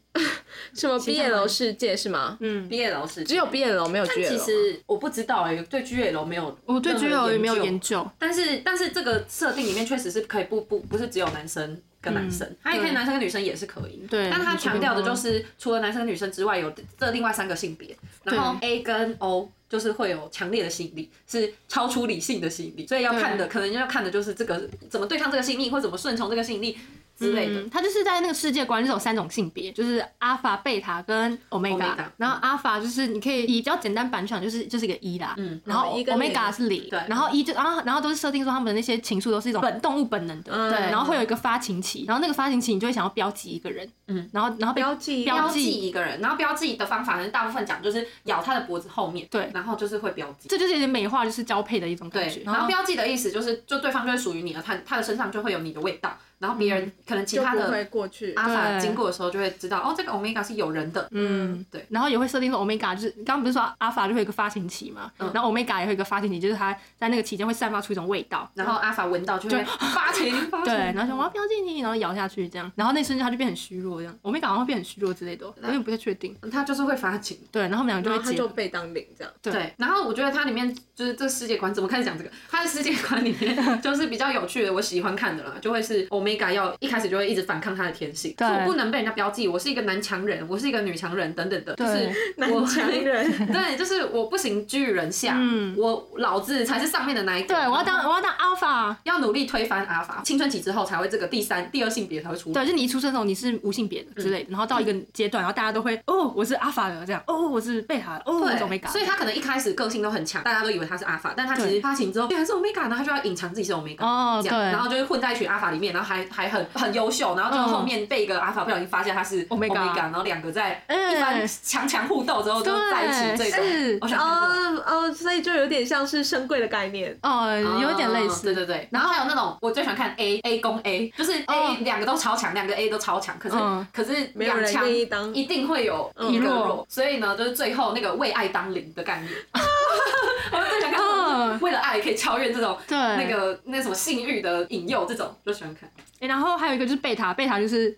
Speaker 1: 什么 BL 世界是吗？
Speaker 2: 嗯，
Speaker 4: 毕业老师
Speaker 1: 只有 BL 没有
Speaker 4: 但
Speaker 1: GL
Speaker 4: 其
Speaker 1: 吗。
Speaker 4: 实我不知道哎、对 G L 没有，
Speaker 2: 我对 G L 也没有研
Speaker 4: 究，
Speaker 2: 究，
Speaker 4: 但是但是这个设定里面确实是可以不不不是只有男生跟男生，他也可以
Speaker 2: 嗯对
Speaker 4: 男生跟女生也是可以，
Speaker 2: 对
Speaker 4: 但他
Speaker 2: 女生
Speaker 4: 强调的
Speaker 2: 跟
Speaker 4: 就是除了男生跟女生之外，有这另外三个性别，然后 A 跟 O 就是会有强烈的吸引力，是超出理性的吸引力，所以要看的可能要看的就是这个怎么对抗这个吸引力，或怎么顺从这个吸引力之类的。
Speaker 2: 嗯，它就是在那个世界观，就是有三种性别，就是阿法、贝塔跟 omega
Speaker 4: Omega。
Speaker 2: 然后阿法就是你可以以比较简单版想，就是就是一个一啦，嗯，然后
Speaker 1: 一跟零
Speaker 2: omega 是零，
Speaker 4: 对
Speaker 2: 然后一就啊，然后都是设定说他们的那些情愫都是一种本动物本能的，
Speaker 1: 嗯
Speaker 2: 对，然后会有一个发情期，然后那个发情期你就会想要标记一个人，嗯，然后然后被
Speaker 1: 标记
Speaker 2: 标
Speaker 4: 标
Speaker 2: 记
Speaker 4: 记一个人，然后标记的方法呢，大部分讲就是咬他的脖子后面，
Speaker 2: 对
Speaker 4: 然后就是会标记。
Speaker 2: 这就是有点美化，就是交配的一种感觉
Speaker 4: 对，，然后标记的意思就是，就对方就会属于你的，他他的身上就会有你的味道，然后别人可能其
Speaker 1: 就
Speaker 4: 他
Speaker 1: 不会
Speaker 4: 的
Speaker 1: 过去。
Speaker 4: 阿法
Speaker 2: 对
Speaker 4: 经过的时候就会知道，哦，这个 omega 是有人的，
Speaker 2: 嗯，
Speaker 4: 对
Speaker 2: 然后也会设定说 omega，就是刚刚不是说阿法就会有一个发情期嘛，
Speaker 4: 嗯
Speaker 2: 然后 omega 也会有一个发情期，就是它在那个期间会散发出一种味道，
Speaker 4: 然后阿法闻到就会发情，发
Speaker 2: 对，
Speaker 4: 情，嗯
Speaker 2: 然后想我要标记你，然后咬下去这样，然后那瞬间它就变很虚弱这样，omega 好像变很虚弱之类的哦，我有点不太确定。
Speaker 4: 他就是会发情。
Speaker 2: 对，然后他们两
Speaker 1: 然
Speaker 2: 个
Speaker 1: 后
Speaker 2: 就
Speaker 1: 他
Speaker 2: 会结
Speaker 1: 就
Speaker 2: 合，
Speaker 1: 被当零这样，
Speaker 2: 对
Speaker 4: 对，然后我觉得它里面就是这个世界观，怎么开始讲这个？它的世界观里面就是比较有趣的，我喜欢看的啦，就会是 Omega 要一开始就会一直反抗他的天性，
Speaker 2: 对
Speaker 4: 说我不能被人家标记，我是一个男强人，我是一个女强 人等等的，就
Speaker 2: 对
Speaker 4: 是我
Speaker 1: 男强人。
Speaker 4: 对，就是我不行居人下，
Speaker 2: 嗯
Speaker 4: 我老子才是上面的那一个，
Speaker 2: 对我要当我要当 alpha，
Speaker 4: 要努力推翻阿法，青春期之后才会这个第三第二性别才会出来。
Speaker 2: 对，就你一出生的时候你是无性别的之类
Speaker 4: 嗯
Speaker 2: 的，然后到一个阶段，然后大家都会哦我是 alpha 的这样，哦我是贝塔的，哦我是 omega，
Speaker 4: 所以他可能一开始个性都很强，大家都以为他是阿法，但他其
Speaker 2: 对
Speaker 4: 实发情之后竟然是 omega，然后他就要隐藏自己是 omega。
Speaker 2: 哦
Speaker 4: 这
Speaker 2: 对，
Speaker 4: 样，然后就会混在一群阿法里面，然后还还很很优秀，然后就
Speaker 2: 嗯
Speaker 4: 后面被一个阿法不小心发现他是
Speaker 2: Omega
Speaker 4: 然后两个在
Speaker 2: 哎
Speaker 4: 一番强强互斗之后就在一
Speaker 2: 对
Speaker 4: 起，这
Speaker 2: 是
Speaker 4: 种我想看这种。
Speaker 1: 哦哦，所以就有点像是深柜的概念。
Speaker 2: 哦有一点类似，
Speaker 4: 对对对。然后还有那种我最喜欢看 A A 攻 A，就是 A
Speaker 2: 哦
Speaker 4: 两个都超强，两个 A 都超强，可是
Speaker 2: 嗯
Speaker 4: 可是
Speaker 1: 没有
Speaker 4: 两
Speaker 1: 人
Speaker 4: 强
Speaker 1: 愿意当
Speaker 4: 一定会有
Speaker 1: 嗯
Speaker 4: 一个
Speaker 2: 一弱
Speaker 4: 弱，所以呢，就是最后那个为爱当零的概念。我最喜欢看这种
Speaker 2: 嗯嗯
Speaker 4: 为了爱可以超越这种
Speaker 2: 对
Speaker 4: 那个那什么性欲的引诱，这种就喜欢看。
Speaker 2: 诶然后还有一个就是贝塔，贝塔就是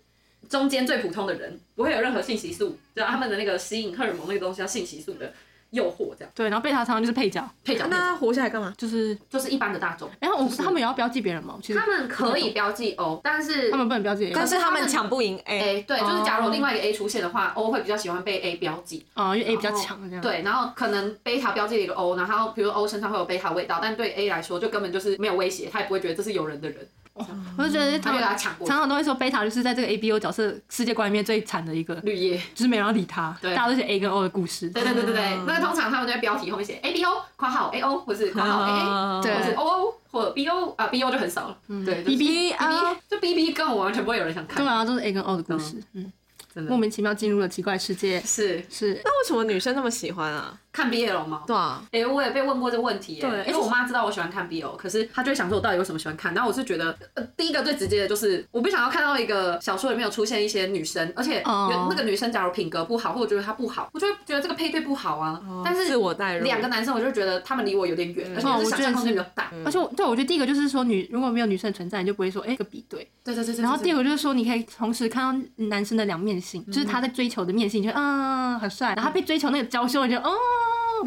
Speaker 4: 中间最普通的人不会有任何性激素，对啊，他们的那个吸引荷尔蒙那个东西叫性激素的诱惑，这样
Speaker 2: 对，然后贝塔常常就是配角，
Speaker 4: 配角
Speaker 1: 那活下来干嘛？
Speaker 2: 就是
Speaker 4: 就是一般的大众，
Speaker 2: 哎，我他们也要标记别人吗？其实
Speaker 4: 他们可以标记 O，但是
Speaker 2: 他们不能标记别人
Speaker 1: 但
Speaker 4: 是
Speaker 1: 是
Speaker 4: 他
Speaker 1: 他
Speaker 4: 们
Speaker 1: 们抢不赢哎 A，
Speaker 4: A 对，就是假如有另外一个 A 出现的话，O 会比较喜欢被 A 标记，
Speaker 2: 啊，因为 A 比较强这样。
Speaker 4: 哦对，然后可能贝塔标记了一个 O，然后比如 O 身上会有贝塔味道，但对 A 来说就根本就是没有威胁，他也不会觉得这是有人的人，
Speaker 2: 我就觉得
Speaker 4: 他
Speaker 2: 常
Speaker 4: 就给他
Speaker 2: 常
Speaker 4: 抢过
Speaker 2: 嗯
Speaker 4: 去
Speaker 2: 常常都会说贝塔就是在这个 A B O 角色世界观里面最惨的一个，
Speaker 4: 绿叶。
Speaker 2: 就是没人要理他，
Speaker 4: 对
Speaker 2: 大家都是 A 跟 O 的故事。
Speaker 4: 对对对对对，
Speaker 2: 嗯
Speaker 4: 那通常他们就在标题后面写 A B O 括号 A O 或是括号
Speaker 1: 啊
Speaker 4: A A，
Speaker 2: 嗯对嗯
Speaker 4: 或是 O O 或 B O 啊 B O 就很少了，对
Speaker 2: B B 啊
Speaker 1: B
Speaker 4: B
Speaker 1: O，
Speaker 4: 就 B B 跟我完全不会有人想看
Speaker 2: 对，啊，都是 A 跟 O 的故事，嗯，
Speaker 4: 真
Speaker 2: 莫
Speaker 4: 的
Speaker 2: 名其妙进入了奇怪世界，
Speaker 4: 是
Speaker 2: 是
Speaker 1: 那为什么女生那么喜欢啊？
Speaker 4: 看 BL 吗？
Speaker 1: 对啊，
Speaker 4: 哎、我也被问过这个问题耶、
Speaker 2: 对
Speaker 4: 因为我妈知道我喜欢看 BL，可是她就会想说我到底为什么喜欢看。然后我是觉得，呃，第一个最直接的就是我不想要看到一个小说里面有出现一些女生，而且有、
Speaker 2: 哦
Speaker 4: 那个女生假如品格不好，或者我觉得她不好，我就会觉得这个配对不好啊。但是
Speaker 1: 哦自我代入
Speaker 4: 两个男生，我就觉得他们离我有点远，而且
Speaker 2: 哦
Speaker 4: 就是
Speaker 2: 我
Speaker 4: 想
Speaker 2: 觉
Speaker 4: 象
Speaker 2: 得
Speaker 4: 空间比
Speaker 2: 是嗯
Speaker 4: 较大。
Speaker 2: 而且我对我觉得第一个就是说女如果没有女生的存在，你就不会说哎、个比对。
Speaker 4: 对对对对。
Speaker 2: 然后第
Speaker 4: 对
Speaker 2: 二个就是说你可以同时看到男生的两面性，就是他在追求的面性，你觉得嗯很帅，然后他被追求那个娇羞，你就哦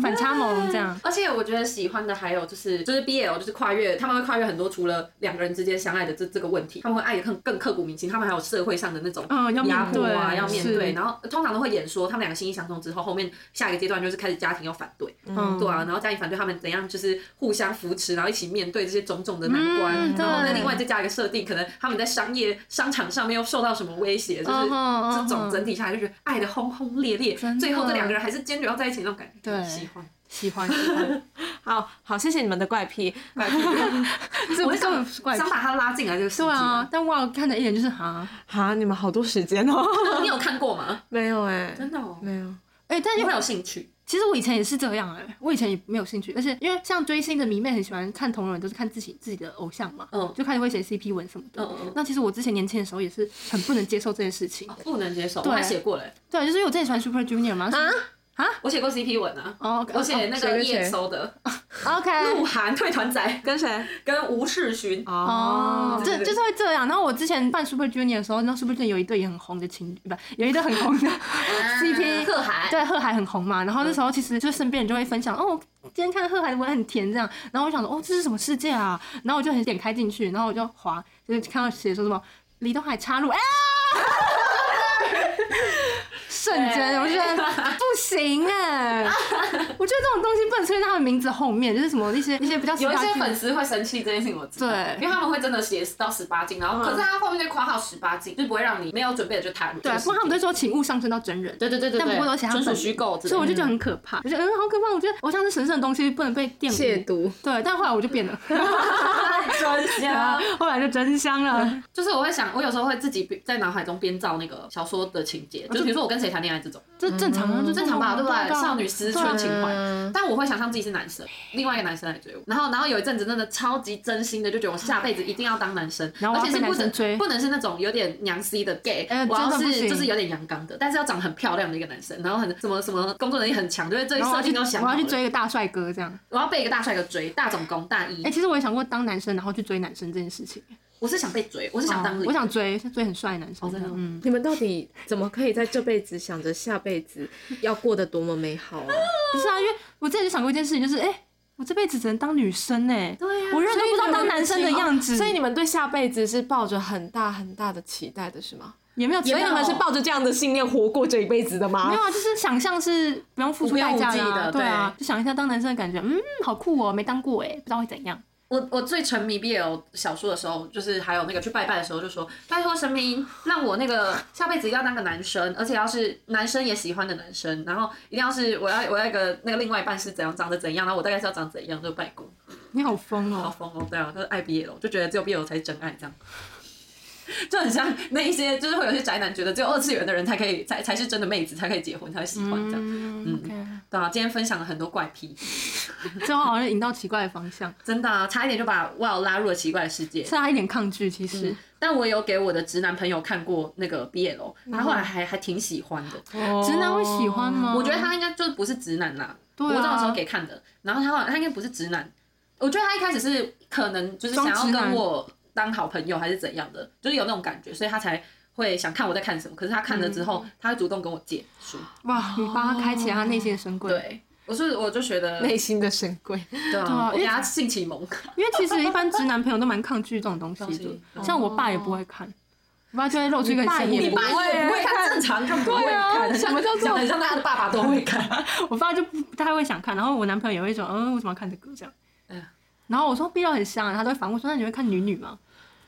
Speaker 2: 反差萌这样。
Speaker 4: 而且我觉得喜欢的还有就是就是 BL 就是跨越，他们会跨越很多除了两个人之间相爱的这这个问题，他们会爱得更更刻骨铭心，他们还有社会上的那种
Speaker 2: 嗯要面
Speaker 4: 压迫啊，
Speaker 2: 对
Speaker 4: 要面
Speaker 2: 是
Speaker 4: 对，然后通常都会演说他们两个心意相通之后，后面下一个阶段就是开始家庭要反对，
Speaker 2: 嗯
Speaker 4: 对啊，然后家庭反对他们怎样就是互相扶持，然后一起面对这些种种的难关，
Speaker 2: 嗯
Speaker 4: 然后呢，
Speaker 2: 对
Speaker 4: 另外再加一个设定，可能他们在商业商场上面又受到什么威胁，就是
Speaker 2: 嗯哼
Speaker 4: 这
Speaker 2: 嗯
Speaker 4: 种
Speaker 2: 哼
Speaker 4: 整体下来就觉得爱的轰轰烈烈
Speaker 2: 真，的
Speaker 4: 最后这两个人还是坚决要在一起那种感觉，
Speaker 2: 对
Speaker 4: 喜欢。
Speaker 2: 喜欢喜欢，
Speaker 1: 好好，谢谢你们的怪癖。
Speaker 2: 这
Speaker 4: 我
Speaker 2: 不
Speaker 4: 就想
Speaker 2: 是怪癖
Speaker 4: 想把他拉进来这个世界。
Speaker 2: 对啊，，但哇看的一眼就是哈，
Speaker 1: 哈，你们好多时间 哦。
Speaker 4: 你有看过吗？
Speaker 1: 没有
Speaker 5: 欸
Speaker 1: 哎，
Speaker 4: 真的哦，
Speaker 1: 没有。
Speaker 2: 哎、但
Speaker 4: 你
Speaker 2: 因
Speaker 4: 会
Speaker 2: 为
Speaker 4: 有兴趣？
Speaker 2: 其实我以前也是这样哎、我以前也没有兴趣，而且因为像追星的迷妹很喜欢看同人，都是看自己自己的偶像嘛，
Speaker 4: 嗯
Speaker 2: 就开始会写 CP 文什么的。
Speaker 4: 嗯嗯嗯
Speaker 2: 那其实我之前年轻的时候也是很不能接受这件事情，
Speaker 4: 不能接受，我
Speaker 2: 对
Speaker 4: 还写过嘞，
Speaker 2: 对，啊就是因为我之前喜欢 Super Junior 嘛，啊
Speaker 4: 我写过 CP 文啊。
Speaker 2: 哦，
Speaker 4: 我写那个
Speaker 1: 谁
Speaker 4: 叶搜的
Speaker 2: OK，
Speaker 4: 鹿晗退团仔
Speaker 1: 跟谁？
Speaker 4: 跟吴世勋，
Speaker 2: 嗯哦，
Speaker 4: 对
Speaker 2: 这
Speaker 4: 对
Speaker 2: 就是会这样。然后我之前办 Super Junior 的时候，那 Super Junior 有一对也很红的情侣，不，有一对很红的
Speaker 4: 啊
Speaker 2: CP，
Speaker 3: 贺涵
Speaker 2: 对，贺海很红嘛。然后那时候其实就身边人就会分享，哦，今天看贺海的文很甜这样。然后我想说，哦，这是什么世界啊？然后我就很点开进去，然后我就滑，就是看到写说什么李东海插入，哎、瞬间我就觉得不行哎、我觉得这种东西不能出现在他的名字后面，就是什么一些一些比较
Speaker 4: 有一些
Speaker 2: 18禁
Speaker 4: 粉丝会生气这件事情，我知道，
Speaker 2: 对嗯
Speaker 4: 因为他们会真的写到十八禁，然后可是他后面就括号十八禁，就不会让你没有准备的就踏入这
Speaker 2: 对
Speaker 4: 个
Speaker 2: 啊，
Speaker 4: 世界。
Speaker 2: 不过他们都说请勿上升到真人，
Speaker 4: 对对对对，
Speaker 2: 但不过都写他
Speaker 4: 纯
Speaker 2: 们
Speaker 4: 属虚构之类的，
Speaker 2: 所以我就觉得很可怕，我觉得嗯好可怕，我觉得偶像是神圣的东西，不能被玷污。
Speaker 5: 亵渎。
Speaker 2: 对，但后来我就 变了，
Speaker 4: 专家
Speaker 2: 后来就真香了。
Speaker 4: 啊就是我会想，我有时候会自己在脑海中编造那个小说的情节，就比如说我跟谁谈恋爱这种，
Speaker 2: 这正常啊，就
Speaker 4: 正常吧，对不对？少女
Speaker 2: 时
Speaker 4: 思春情怀，
Speaker 5: 嗯
Speaker 4: 但我会想象自己是男生，另外一个男生来追我，然后然后有一阵子真的超级真心的，就觉得我下辈子一定要当男生，
Speaker 2: 然后
Speaker 4: 而
Speaker 2: 我
Speaker 4: 且
Speaker 2: 要被
Speaker 4: 是不
Speaker 2: 男生
Speaker 4: 能
Speaker 2: 追
Speaker 4: 不能是那种有点娘 C 的 gay，
Speaker 2: 呃
Speaker 4: 我要
Speaker 2: 真的不
Speaker 4: 是
Speaker 2: 行
Speaker 4: 就是有点阳刚的，但是要长得很漂亮的一个男生，然后很什么什么工作能力很强，就是这一
Speaker 2: 然后我
Speaker 4: 设
Speaker 2: 要去
Speaker 4: 定都想
Speaker 2: 我要去
Speaker 4: 好了
Speaker 2: 追，一个大帅哥这样。
Speaker 4: 我要被一个大帅哥追，大总工大一
Speaker 2: 哎，，其实我也想过当男生，然后去追男生这件事情。
Speaker 4: 我是想被追，我是想当
Speaker 2: 哦
Speaker 4: 零
Speaker 2: 我想追追很帅的男生
Speaker 4: 哦真的哦。
Speaker 2: 嗯，
Speaker 5: 你们到底怎么可以在这辈子想着下辈子要过得多么美好啊？
Speaker 2: 不是啊，因为我之前就想过一件事情，就是哎，我这辈子只能当女生哎，
Speaker 4: 啊
Speaker 2: 我永远都不知道当男生的样子，
Speaker 1: 所以你们对下辈子是抱着很大很大的期待的，是吗？
Speaker 2: 也没有期
Speaker 1: 所
Speaker 2: 待
Speaker 1: 以你们是抱着这样的信念活过这一辈子的吗
Speaker 2: 没有？啊，就是想象是不用付出代价
Speaker 4: 无边无际
Speaker 2: 啊
Speaker 4: 的
Speaker 2: 对啊，就想一下当男生的感觉，嗯，好酷哦，没当过哎，不知道会怎样。
Speaker 4: 我我最沉迷 BL 小说的时候，就是还有那个去拜拜的时候，就说拜托神明让我那个下辈子一定要当个男生，而且要是男生也喜欢的男生，然后一定要是我要我要一个那个另外一半是怎样长得怎样，然后我大概是要长怎样就拜公，
Speaker 2: 你好疯
Speaker 4: 好
Speaker 2: 哦！
Speaker 4: 疯哦，对啊，就是爱 BL，就觉得只有 BL 才是真爱这样。 就很像那一些，就是会有一些宅男觉得只有二次元的人才可以，才才是真的妹子，才可以结婚，才会喜欢这样。
Speaker 2: 嗯，OK，
Speaker 4: 对啊，今天分享了很多怪癖，
Speaker 2: 最后好像引到奇怪的方向，
Speaker 4: 真的、啊，差一点就把哇拉入了奇怪的世界。
Speaker 2: 是他一点抗拒，其实
Speaker 4: 但我有给我的直男朋友看过那个 BL，他
Speaker 2: 嗯
Speaker 4: 后来还还挺喜欢的。
Speaker 2: 直男会喜欢吗？
Speaker 4: 我觉得他应该就是不是直男啦，
Speaker 2: 对啊
Speaker 4: 我那时候给看的。然后他后来他应该不是直男，我觉得他一开始是可能就是想
Speaker 1: 装
Speaker 4: 要
Speaker 1: 直男
Speaker 4: 跟我当好朋友还是怎样的，就是有那种感觉，所以他才会想看我在看什么。可是他看了之
Speaker 2: 嗯
Speaker 4: 后，他会主动跟我借书。
Speaker 2: 哦
Speaker 1: 哇，你帮他开启了他内心的神柜，，
Speaker 4: 对，我是我就觉得，
Speaker 1: 内心的神柜，
Speaker 4: 对
Speaker 2: 啊
Speaker 4: 啊，我
Speaker 2: 因为
Speaker 4: 给他性启蒙。
Speaker 2: 因为其实一般直男朋友都蛮抗拒这种东
Speaker 4: 东
Speaker 2: 西
Speaker 4: 西
Speaker 2: 的，像我爸也不会看，我爸就会露出一个很
Speaker 1: 你爸也
Speaker 2: 羡慕的
Speaker 1: 不
Speaker 2: 表
Speaker 1: 会
Speaker 2: 情
Speaker 4: 也不会看正常，他不会
Speaker 2: 啊
Speaker 4: 看。
Speaker 1: 什么叫做
Speaker 4: 讲的像大家的爸爸都会看？
Speaker 2: 我爸就不不太会想看，然后我男朋友也会说，嗯，为什么要看这个这样
Speaker 4: 嗯？
Speaker 2: 然后我说 B 六很香啊，他都会反问说，那你会看女女吗？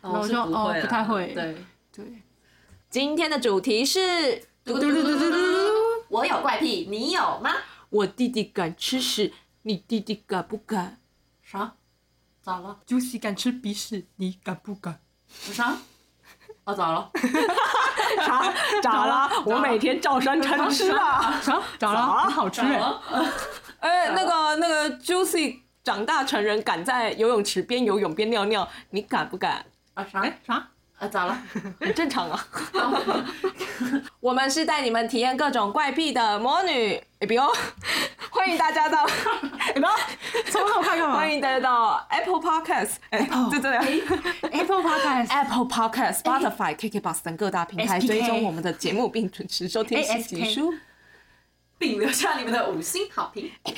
Speaker 2: 然后我
Speaker 4: 是
Speaker 2: 就
Speaker 4: 不
Speaker 2: 哦
Speaker 4: 啦
Speaker 2: 不太会
Speaker 4: 对，
Speaker 2: 对，
Speaker 1: 今天的主题是
Speaker 4: 嘟嘟嘟嘟嘟嘟，我有怪癖，你有吗？
Speaker 1: 我弟弟敢吃屎，你弟弟敢不敢？
Speaker 4: 啥？咋了？
Speaker 2: Juicy 敢吃鼻屎，你敢不敢？
Speaker 4: 有啥？哦，咋了？
Speaker 1: 咋咋了？我每天照三餐吃啊。
Speaker 2: 啥？咋了？很好吃
Speaker 4: 咋
Speaker 2: 哎！
Speaker 4: 了？
Speaker 1: 哎，那个那个 Juicy 长大成人，敢在游泳池边游泳边尿尿，你敢不敢？
Speaker 4: 啊啥？
Speaker 2: 啥？
Speaker 4: 啊咋了？
Speaker 1: 很正常 啊。我们是带你们体验各种怪癖的魔女，哎，不用，欢迎大家 到，哎，不要，
Speaker 2: 从头看干嘛
Speaker 1: 欢迎大家到 Apple Podcast，哎，就这样。
Speaker 2: ？Apple Podcast。
Speaker 1: Apple Podcast、Spotify、KKBox 等各大平台
Speaker 2: SPK
Speaker 1: 追踪我们的节目，并准时收听新集数。
Speaker 4: 并留下你们的五星好评。
Speaker 1: 哎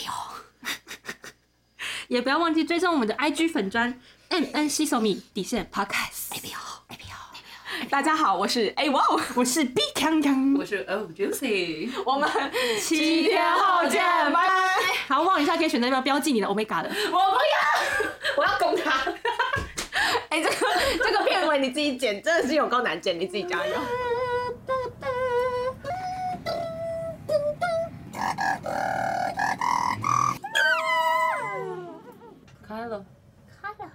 Speaker 2: 也不要忘记追踪我们的 IG 粉砖 M N 西手米底线 Podcast。
Speaker 1: 大家好，我是 A 哇哦，
Speaker 2: 我是 B 康康，
Speaker 4: 我是 Oh Juicy，
Speaker 1: 我们
Speaker 2: 七
Speaker 1: 天后见，拜拜。
Speaker 2: 好，望一下可以选择要不要标记你的 Omega 的。
Speaker 4: 我不要，我要攻他。
Speaker 1: 哎，这个这个片尾你自己剪，真的是有够难剪，你自己加油。
Speaker 4: 开了。
Speaker 3: 开了。